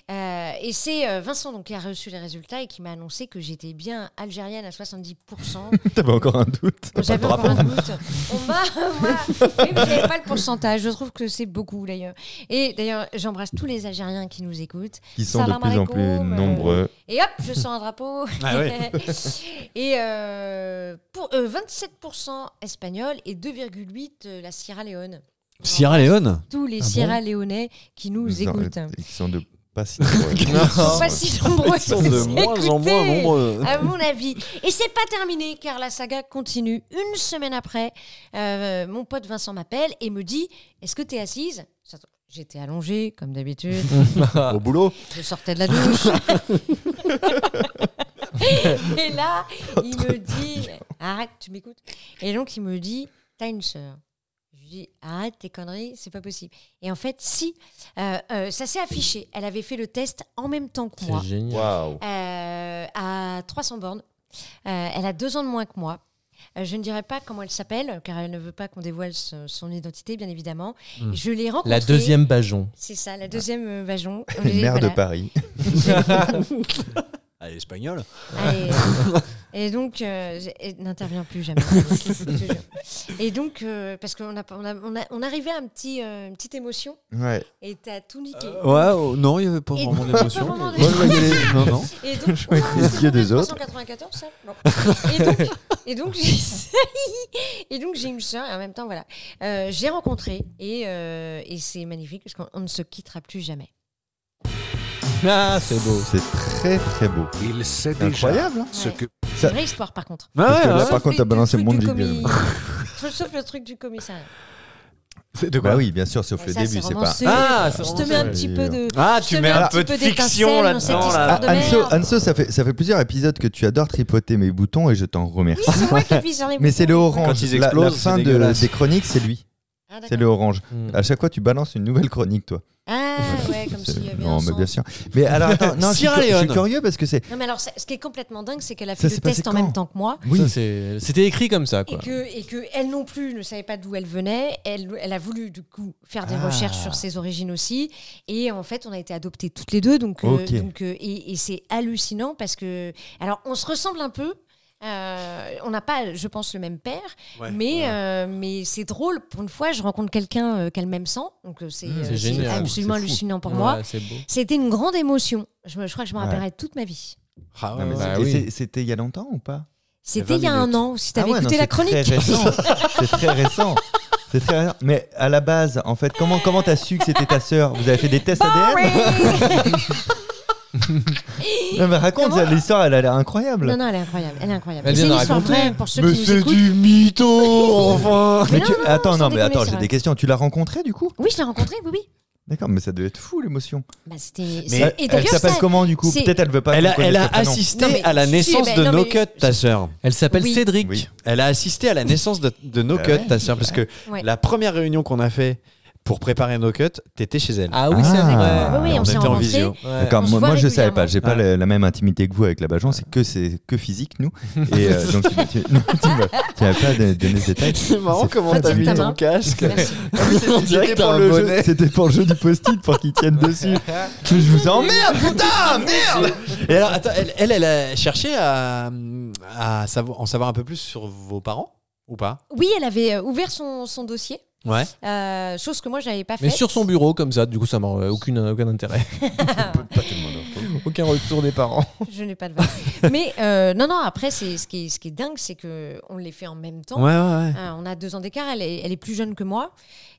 S5: Euh, et c'est euh, Vincent donc, qui a reçu les résultats et qui m'a annoncé que j'étais bien algérienne à 70%.
S2: T'avais encore un doute.
S5: J'avais encore un doute. On m'a. on m'a- Oui, mais j'avais pas le pourcentage. Je trouve que c'est beaucoup d'ailleurs. Et d'ailleurs, j'embrasse tous les Algériens qui nous écoutent.
S2: Qui sont de
S5: Salam
S2: plus en
S5: alaikum,
S2: plus
S5: euh,
S2: nombreux.
S5: Et hop, je sens un drapeau.
S3: Ah ouais.
S5: et euh, pour, euh, 27% espagnol et 2,8% euh, la Sierra Leone.
S3: Sierra Leone.
S5: Tous les
S3: bon
S5: Sierra Léonais qui nous
S2: Non,
S5: écoutent.
S2: et Qui sont de pas si nombreux.
S5: sont pas si nombreux.
S3: Ils sont de moins en moins
S5: Écoutez,
S3: nombreux.
S5: À mon avis. Et c'est pas terminé car la saga continue. Une semaine après, euh, mon pote Vincent m'appelle et me dit Est-ce que t'es assise Ça- J'étais allongée, comme d'habitude.
S2: Au boulot.
S5: Je sortais de la douche. et là, il me dit Arrête, tu m'écoutes Et donc, il me dit T'as une sœur. Je lui dis Arrête tes conneries, c'est pas possible. Et en fait, si, euh, euh, ça s'est affiché. Elle avait fait le test en même temps que Ah, moi.
S4: C'est génial.
S2: Waouh.
S5: Euh, à 300 bornes. Euh, elle a deux ans de moins que moi. Euh, je ne dirai pas comment elle s'appelle, car elle ne veut pas qu'on dévoile ce- son identité, bien évidemment.
S4: Mm.
S5: Je l'ai rencontrée.
S4: La deuxième Bajon.
S5: C'est ça, la deuxième euh, Vajon. On
S2: Maire
S5: est-
S2: de
S5: voilà.
S2: Paris.
S3: Elle est espagnole.
S5: Allez, Et donc, euh, j'ai- et n'interviens plus jamais. Je te jure. et donc, euh, parce qu'on a, on a- on a- on arrivait à un petit, euh, une petite émotion
S2: Ouais.
S5: et t'as tout niqué.
S3: Ouais, oh, non, il n'y avait pas
S5: Et-
S3: vraiment
S5: pas
S3: d'émotion.
S5: vraiment
S3: mais-
S5: d'émotion.
S3: Ouais, ouais, non, non.
S5: Et donc,
S2: vois
S5: ouah,
S2: les
S5: c'est
S2: yeux des
S5: combien,
S2: autres.
S5: 394, ça Non. Et donc, et donc, j'ai- et donc, j'ai une soeur, et en même temps, voilà. Euh, j'ai rencontré, et, euh, et c'est magnifique, parce qu'on on ne se quittera plus jamais.
S4: Ah, c'est beau.
S2: C'est très très beau.
S1: Il sait
S2: C'est
S1: déjà
S2: incroyable. hein.
S1: ce
S5: Ouais.
S1: que
S5: C'est une vraie histoire, par contre.
S3: Ah,
S2: Parce que
S4: ouais,
S2: là,
S4: ouais.
S2: par contre, t'as balancé mon jingle.
S5: jingle. Sauf le truc du commissariat.
S3: C'est de
S2: Bah oui, bien sûr, sauf
S5: Ouais,
S2: le
S5: ça,
S2: début,
S5: c'est
S2: c'est
S5: vraiment
S2: pas.
S5: ce-
S4: Ah, c'est
S5: Je te
S4: vraiment
S5: mets un
S2: ça.
S5: petit peu de.
S3: Ah, tu
S5: Je te
S3: mets
S5: mets
S3: un
S5: un
S3: peu de
S5: petit peu
S3: fiction
S5: d'étincelle dans cette
S3: là-dedans.
S5: histoire.
S2: Ah,
S3: Là.
S5: de
S2: Anso,
S5: merde.
S2: Anso, ça fait ça fait plusieurs épisodes que tu adores tripoter mes boutons et je t'en
S5: Oui,
S2: remercie.
S5: c'est moi qui appuie sur les
S2: Mais c'est le
S5: boutons.
S2: orange.
S3: Quand ils
S2: La- la,
S3: explosent,
S2: fin
S3: c'est
S2: de-
S3: dégueulasse.
S2: des chroniques, c'est lui.
S5: Ah,
S2: C'est
S5: d'accord.
S2: le orange.
S4: Mm.
S2: À chaque fois, tu balances une nouvelle chronique, toi.
S5: Ah, ouais, comme s'il y avait
S2: non,
S5: un
S2: mais
S5: sang.
S2: bien sûr. Mais alors, attends, non, je suis
S3: Sierra
S2: cu- je suis
S3: Leone.
S2: curieux parce que c'est.
S5: Non, mais alors, ça- ce qui est complètement dingue, c'est qu'elle a
S2: Ça
S5: fait
S2: s'est
S5: le
S2: passé
S5: test en
S2: quand
S5: même temps que moi.
S2: Oui.
S4: Ça, c'est- C'était écrit comme ça,
S5: Et
S4: quoi.
S5: que, et que elle non plus ne savait pas d'où elle venait. Elle, elle a voulu du coup faire des
S3: Ah.
S5: recherches sur ses origines aussi. Et en fait, on a été adoptées toutes les deux. Donc, euh,
S2: Ok.
S5: donc euh, et, et c'est hallucinant parce que alors on se ressemble un peu. Euh, on n'a pas, je pense, le même père,
S3: Ouais.
S5: mais euh, mais c'est drôle. Pour une fois, je rencontre quelqu'un euh, qui a le même sang, donc euh, c'est
S4: Mmh,
S5: euh,
S4: c'est
S5: c'est
S4: génial.
S5: absolument
S2: C'est fou.
S5: hallucinant pour
S4: Ouais,
S5: moi.
S4: C'est beau.
S5: C'était une grande émotion. Je, me- je crois que je me
S2: Ouais.
S5: rappellerai toute ma vie.
S3: Ah, ouais,
S2: Non, mais
S3: ouais.
S4: Bah
S2: c'était-
S4: oui.
S2: c'est- C'était il y a longtemps ou pas
S5: C'était il y a un
S3: minutes.
S5: an. Si t'avais
S2: Ah ouais,
S5: écouté
S2: non,
S5: la
S2: c'est
S5: chronique,
S2: très récent. C'est très récent. C'est très récent. Mais à la base, en fait, comment comment t'as su que c'était ta sœur Vous avez fait des tests ADN Non mais raconte,
S5: Comment
S2: l'histoire, elle a l'air incroyable.
S5: Non, non, elle est incroyable. Elle est incroyable.
S4: Elle
S5: Et
S4: vient
S5: c'est
S4: de
S5: une histoire
S4: raconter.
S5: vraie pour ceux qui nous écoutent.
S3: mytho, enfin.
S2: Ah, Mais
S5: Mais
S2: tu-
S5: non, non, non,
S2: attends,
S5: sans
S2: non, mais
S5: déconner,
S2: attends,
S5: c'est
S2: j'ai
S5: vrai.
S2: des questions. Tu l'as rencontrée du coup
S5: Oui, je l'ai rencontrée, oui, oui.
S2: D'accord, mais ça devait être fou l'émotion.
S5: Bah, c'était.
S3: Mais
S5: c'est- Et
S2: Elle
S5: d'ailleurs,
S2: s'appelle
S5: ça-
S2: comment du coup
S5: c'est-
S2: Peut-être elle veut pas.
S3: Elle a,
S2: qu'on connaisse
S3: elle a
S2: son prénom.
S3: assisté
S5: Non, mais-
S3: à la
S5: si,
S3: naissance
S5: mais-
S3: de
S5: non,
S3: No
S5: mais-
S3: Cut, ta sœur.
S4: Elle s'appelle
S5: Oui.
S4: Cédric.
S2: Oui.
S3: Elle a assisté à la naissance de, de No
S2: Bah
S3: Cut,
S2: ouais.
S3: ta sœur, parce que
S5: Ouais.
S3: la première réunion qu'on a fait pour préparer No Cut, t'étais chez elle.
S4: Ah oui,
S2: Ah.
S4: c'est
S2: Ah,
S5: Oui,
S4: vrai.
S5: oui,
S3: Et
S5: on
S3: on
S5: s'est
S3: était en
S5: rencontrés.
S3: visio.
S4: Ouais.
S2: D'accord,
S5: On se
S2: moi,
S5: voit
S2: moi, je savais
S5: régulièrement.
S2: pas, j'ai pas la, la même intimité que vous avec la Bajon, c'est que c'est que physique nous. Et euh, donc tu, tu, non, tu m'as- tu m'as pas donné ce détail.
S3: C'est marrant comment
S5: fou.
S3: t'as mis
S5: Fatigué,
S3: ton
S5: hein.
S3: casque.
S5: Merci.
S2: On dirait que t'as un bonnet. C'était pour le jeu du post-it pour qu'il tienne dessus. Je vous emmerde, putain, merde.
S3: Et alors, attends, elle, elle, elle a cherché à, à savo- en savoir un peu plus sur vos parents ou pas
S5: Oui, elle avait euh, ouvert son, son dossier,
S3: Ouais.
S5: euh, chose que moi, j'avais pas
S4: Mais
S5: faite.
S4: sur son bureau, comme ça, du coup, ça m'a euh, aucune, aucun intérêt. aucun retour des parents.
S5: Je n'ai pas de voix. Mais euh, non, non, après, c'est ce qui est, ce qui est dingue, c'est qu'on les fait en même temps.
S3: Ouais, ouais, ouais.
S5: Euh, on a deux ans d'écart, elle est, elle est plus jeune que moi.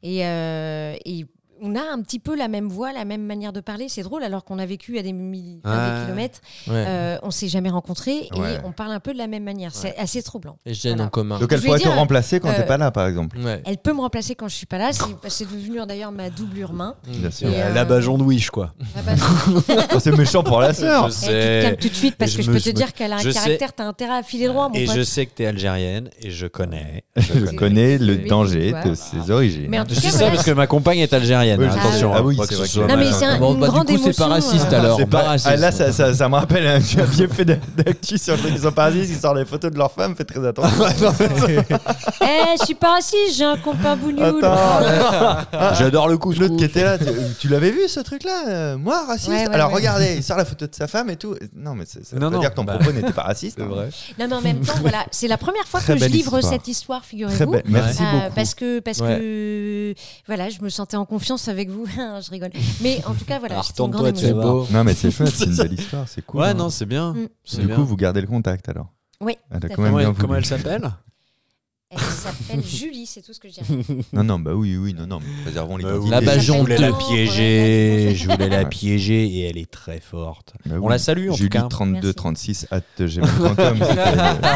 S5: Et, euh, et on a un petit peu la même voix, la même manière de parler. C'est drôle, alors qu'on a vécu à des milliers
S3: Ouais.
S5: de kilomètres,
S4: Ouais.
S5: euh, on s'est jamais rencontrés et
S2: Ouais.
S5: on parle un peu de la même manière. C'est assez troublant.
S4: Les gènes
S5: Voilà.
S4: en commun.
S2: Donc elle
S5: Je vais
S2: pourrait te
S5: dire,
S2: remplacer quand
S5: euh,
S2: t'es pas là, par exemple.
S4: Ouais.
S5: Elle peut me remplacer quand je suis pas là. C'est bah, c'est devenu d'ailleurs ma doublure main.
S2: Bien sûr.
S5: Et, euh,
S3: La bajon de Wish, quoi.
S5: Ah bah,
S2: Oh, c'est méchant pour la sœur.
S3: Je
S5: eh, tu te calmes
S3: sais.
S5: tout de suite parce
S3: je
S5: que je
S3: me-
S5: peux
S3: je
S5: te
S3: me-
S5: dire qu'elle a un
S3: je sais.
S5: caractère. T'as intérêt à filer droit, mon
S3: Et
S5: pote.
S3: je sais que t'es algérienne et je connais.
S2: Je connais le
S5: Oui,
S2: danger
S5: oui,
S2: de
S5: voilà.
S2: ses origines.
S5: Mais en tout
S3: Je dis
S5: cas,
S3: ça
S5: voilà,
S3: parce que ma compagne est algérienne.
S2: Oui,
S3: hein,
S2: je sais.
S3: attention.
S2: Ah
S3: hein,
S2: oui,
S3: pas
S2: c'est
S3: que ce
S2: vrai que-
S3: soit
S5: Non, mais
S3: mal
S5: c'est un-
S2: Bah,
S3: intentionné.
S5: une grande
S4: du coup, c'est
S5: émotion,
S4: pas raciste
S5: euh,
S4: alors.
S2: C'est
S4: Pas
S2: pas-
S4: raciste.
S2: ah, là, ça, ça, ça me rappelle un un vieux fait d'a- d'actu sur le truc qui sont pas racistes, qui sortent les photos de leurs femmes, faites très attention.
S5: Eh, je suis pas raciste, j'ai un copain bougnoul.
S2: Attends, Ah,
S3: J'adore le couscous.
S2: l'autre qui était là, tu, tu l'avais vu ce truc-là euh, Moi, raciste
S5: Ouais, ouais,
S2: Alors
S5: ouais.
S2: regardez, il sort la photo de sa femme et tout. Non, mais c'est- ça veut
S3: Non,
S2: pas
S3: non,
S2: dire que ton
S3: bah.
S2: propos n'était pas raciste. hein.
S5: Non, mais en même temps, voilà, c'est la première fois
S2: Très
S5: que je
S2: belle
S5: livre
S2: histoire.
S5: cette histoire,
S2: Très
S5: figurez-vous.
S2: belle, merci
S5: Euh,
S2: beaucoup.
S5: parce que parce que voilà, je me sentais en confiance avec vous. je rigole. Mais en tout cas, voilà,
S3: Alors,
S5: c'était une grande
S3: retourne-toi, tu
S4: C'est
S5: émotion.
S3: vas
S4: beau.
S2: Non, mais c'est chouette, c'est une belle histoire, c'est cool.
S3: Ouais,
S2: hein.
S3: non, c'est bien.
S5: Mm.
S3: C'est
S2: Du
S3: bien.
S2: coup, vous gardez le contact alors.
S5: Oui.
S2: Ah,
S5: tout à
S2: d'accord,
S5: fait.
S2: même
S3: Comment,
S2: bien
S3: elle,
S2: voulu.
S3: comment elle s'appelle
S5: Elle s'appelle Julie, c'est tout ce que je dirais.
S2: Non, non, bah oui, oui, non, non, mais préservons l'identité.
S4: La
S5: Bajon.
S3: Je voulais Bah la
S5: Tendre,
S3: piéger.
S5: ouais.
S3: Je voulais la
S2: Ouais.
S3: piéger et elle est très forte.
S2: Bah
S3: On
S2: oui.
S3: la salue en
S2: Julie
S3: tout cas.
S2: 3236 at gmail.com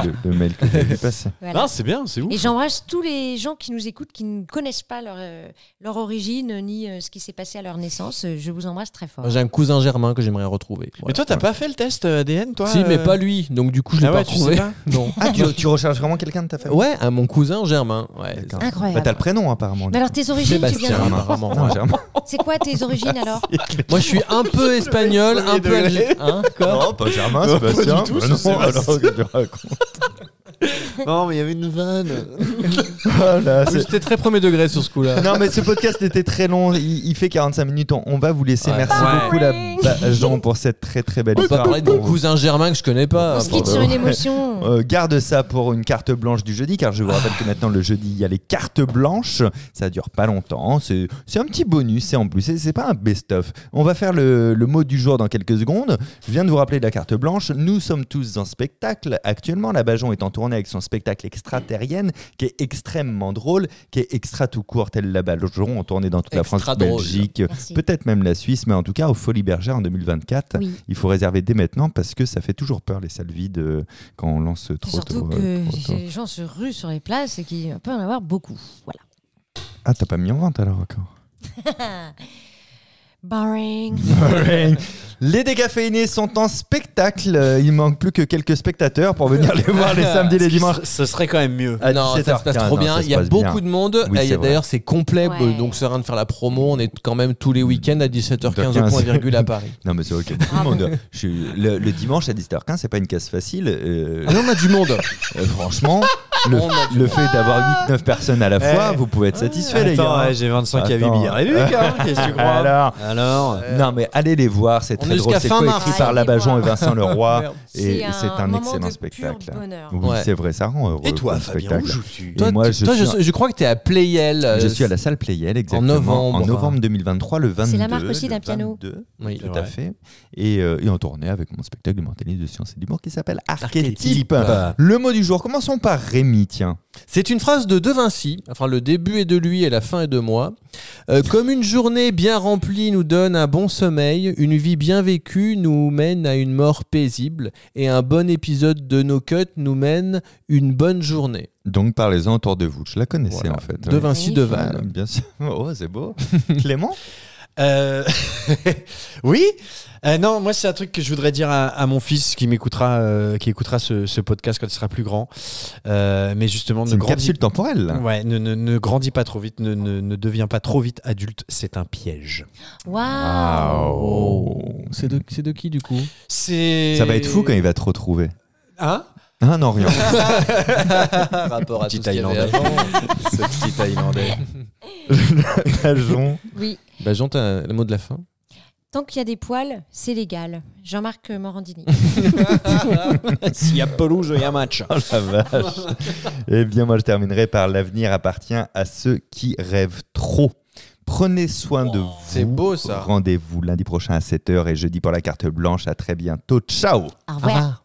S2: le, le mail que j'ai vu passer.
S5: Voilà.
S3: Non, c'est bien, c'est ouf.
S5: Et j'embrasse tous les gens qui nous écoutent, qui ne connaissent pas leur, euh, leur origine euh, ni euh, ce qui s'est passé à leur naissance. Euh, Je vous embrasse très fort.
S4: Moi, J'ai un cousin germain que j'aimerais retrouver.
S3: Mais
S4: Voilà.
S3: toi, t'as pas fait le test euh, ADN, toi
S4: si, mais
S3: euh
S4: pas lui. Donc du coup, je l'ai
S3: Ah
S4: pas
S3: ouais, tu sais
S4: retrouvé.
S3: pas
S4: non.
S2: Ah, tu, tu recherches vraiment quelqu'un de ta famille
S4: Ouais, à mon cousin germain. Ouais.
S2: D'accord.
S5: Incroyable.
S2: Bah, t'as le prénom apparemment.
S5: Mais alors tes origines, tu viens
S4: Sébastien,
S5: d'où
S4: hein. apparemment.
S2: Non, Germain.
S5: C'est quoi tes origines alors
S2: Ah,
S4: Moi, je suis un peu espagnol, un peu
S3: degré.
S4: algérien. Hein, quoi
S2: Non, pas Germain,
S3: Non, pas
S2: Sébastien.
S3: du tout,
S2: Bah
S3: c'est
S2: non,
S3: Sébastien.
S2: alors que tu racontes.
S3: Non, mais il y avait une vanne.
S2: Voilà, c'est-
S4: J'étais très premier degré sur ce coup-là.
S2: Non, mais ce podcast était très long. Il, il fait 45 minutes. On, on va vous laisser. Merci
S4: Ouais.
S2: beaucoup, la Ba- Jean, pour cette très très belle
S4: On peut
S2: histoire.
S4: parler de mon cousin Germain que je connais pas.
S5: On se quitte sur une émotion.
S2: Euh, garde ça pour une carte blanche du jeudi, car je vous rappelle que maintenant le jeudi il y a les cartes blanches. Ça dure pas longtemps. C'est c'est un petit bonus, c'est en plus. C'est- C'est pas un best-of. On va faire le, le mot du jour dans quelques secondes. Je viens de vous rappeler la carte blanche. Nous sommes tous en spectacle actuellement. La Bajon est en tournée avec son spectacle extraterrienne, qui est extrêmement drôle, qui est extra tout court, tel la Bajon en tournée dans toute la
S4: Extra
S2: France,
S4: drôle.
S2: Belgique,
S5: Merci.
S2: peut-être même la Suisse, mais en tout cas aux Folies Bergères en 2024.
S5: Oui.
S2: Il faut réserver dès maintenant parce que ça fait toujours peur les salles vides euh, quand on lance
S5: Puis
S2: trop
S5: surtout
S2: tôt.
S5: que
S2: euh, trop tôt.
S5: les gens se ruent sur les places et qu'il peut en avoir beaucoup. Voilà.
S2: Ah, t'as pas mis en vente alors encore
S5: Boring.
S2: Les décaféinés sont en spectacle. Euh, Il manque plus que quelques spectateurs pour venir les voir
S3: Ah,
S2: les samedis et les dimanches.
S3: Ce serait quand même mieux.
S2: à
S4: non, ça se
S2: 17h15.
S4: passe trop
S2: Non,
S4: bien.
S2: ça se
S4: Il y a
S2: passe
S4: beaucoup
S2: bien.
S4: de monde.
S2: Oui,
S4: Et il y a
S2: c'est vrai.
S4: D'ailleurs, c'est complet. Euh,
S5: Ouais.
S4: Donc, c'est rien de faire la promo. On est quand même tous les week-ends à 17h15 au point virgule à Paris.
S2: Non, mais c'est ok. Beaucoup de monde. Je suis- le, le dimanche à 17h15, c'est pas une casse facile. euh,
S4: Ah non, on a du monde.
S2: euh, franchement, le,
S4: On a
S2: le fait d'avoir 8-9 personnes à la fois,
S3: Eh.
S2: vous pouvez être satisfait, les
S3: Attends,
S2: gars. hein.
S3: ouais, j'ai 25 à 8
S2: Attends.
S3: billets. Allez, Luc, hein, qu'est-ce que tu crois
S2: Alors.
S3: Alors,
S2: Non, mais allez les voir, c'est
S4: On
S2: très
S4: est
S2: drôle.
S4: jusqu'à
S2: C'est
S4: fin
S2: coécrit
S4: mars.
S2: par
S5: Allez
S2: Labajon et
S5: voir.
S2: Vincent Leroy.
S4: Merde.
S2: Et
S5: C'est
S2: c'est
S5: un
S2: un
S5: moment
S2: excellent
S5: de
S2: spectacle. hein.
S5: pur bonheur.
S2: Oui,
S4: Ouais.
S2: c'est vrai, ça rend heureux.
S3: et toi,
S2: comme
S3: Fabien, où
S2: spectacle.
S3: joues-tu
S2: Et
S4: Toi,
S2: moi,
S4: tu-
S2: je
S4: toi,
S2: suis
S4: je, je crois que t'es à Playel. euh,
S2: Je suis à la salle Playel, exactement.
S4: novembre.
S2: En novembre 2023, le 22.
S5: C'est la marque aussi
S2: le
S5: d'un piano.
S2: 22,
S4: Oui,
S2: tout
S3: c'est
S2: à
S3: vrai.
S2: fait. Et, euh, et en tournée avec mon spectacle de mentalisme de sciences et d'humour qui s'appelle Archétype.
S3: Archétype.
S2: Le mot du jour, commençons par Rémi, tiens.
S4: C'est une phrase de De Vinci, enfin le début est de lui et la fin est de moi. Euh, comme une journée bien remplie nous donne un bon sommeil, une vie bien vécue nous mène à une mort paisible et un bon épisode de nos cuts nous mène une bonne journée.
S2: Donc parlez-en autour de vous. Je la connaissais
S4: Voilà.
S2: en fait.
S4: De Vinci
S5: Magnifique.
S4: de
S2: Ouais,
S4: Val.
S2: Bien sûr. Oh, c'est beau. Clément
S3: Euh, oui. Euh, non, moi c'est un truc que je voudrais dire à, à mon fils qui m'écoutera, euh, qui écoutera ce, ce podcast quand il sera plus grand. Euh, mais justement,
S2: C'est
S3: ne
S2: une
S3: grandis,
S2: capsule temporelle. là.
S3: ouais, ne, ne- ne grandis pas trop vite, ne, ne, ne deviens pas trop vite adulte, c'est un piège.
S2: Ah.
S5: Waouh.
S4: C'est de, c'est de qui du coup
S3: C'est.
S2: Ça va être fou quand il va te retrouver.
S3: Hein
S2: Ah non, rien.
S4: Rapport
S3: Petit Thaïlandais. ce petit Thaïlandais.
S2: Tajon.
S5: Oui.
S4: Bah Jean, t'as le mot de la fin
S5: Tant qu'il y a des poils, c'est légal. Jean-Marc Morandini.
S3: S'il y a pelouse, il y a match.
S2: Oh la vache. eh bien, moi, je terminerai par l'avenir appartient à ceux qui rêvent trop. Prenez soin de vous.
S4: c'est beau, ça.
S2: Rendez-vous lundi prochain à 7h et jeudi pour la carte blanche. À très bientôt. Ciao.
S5: Au revoir.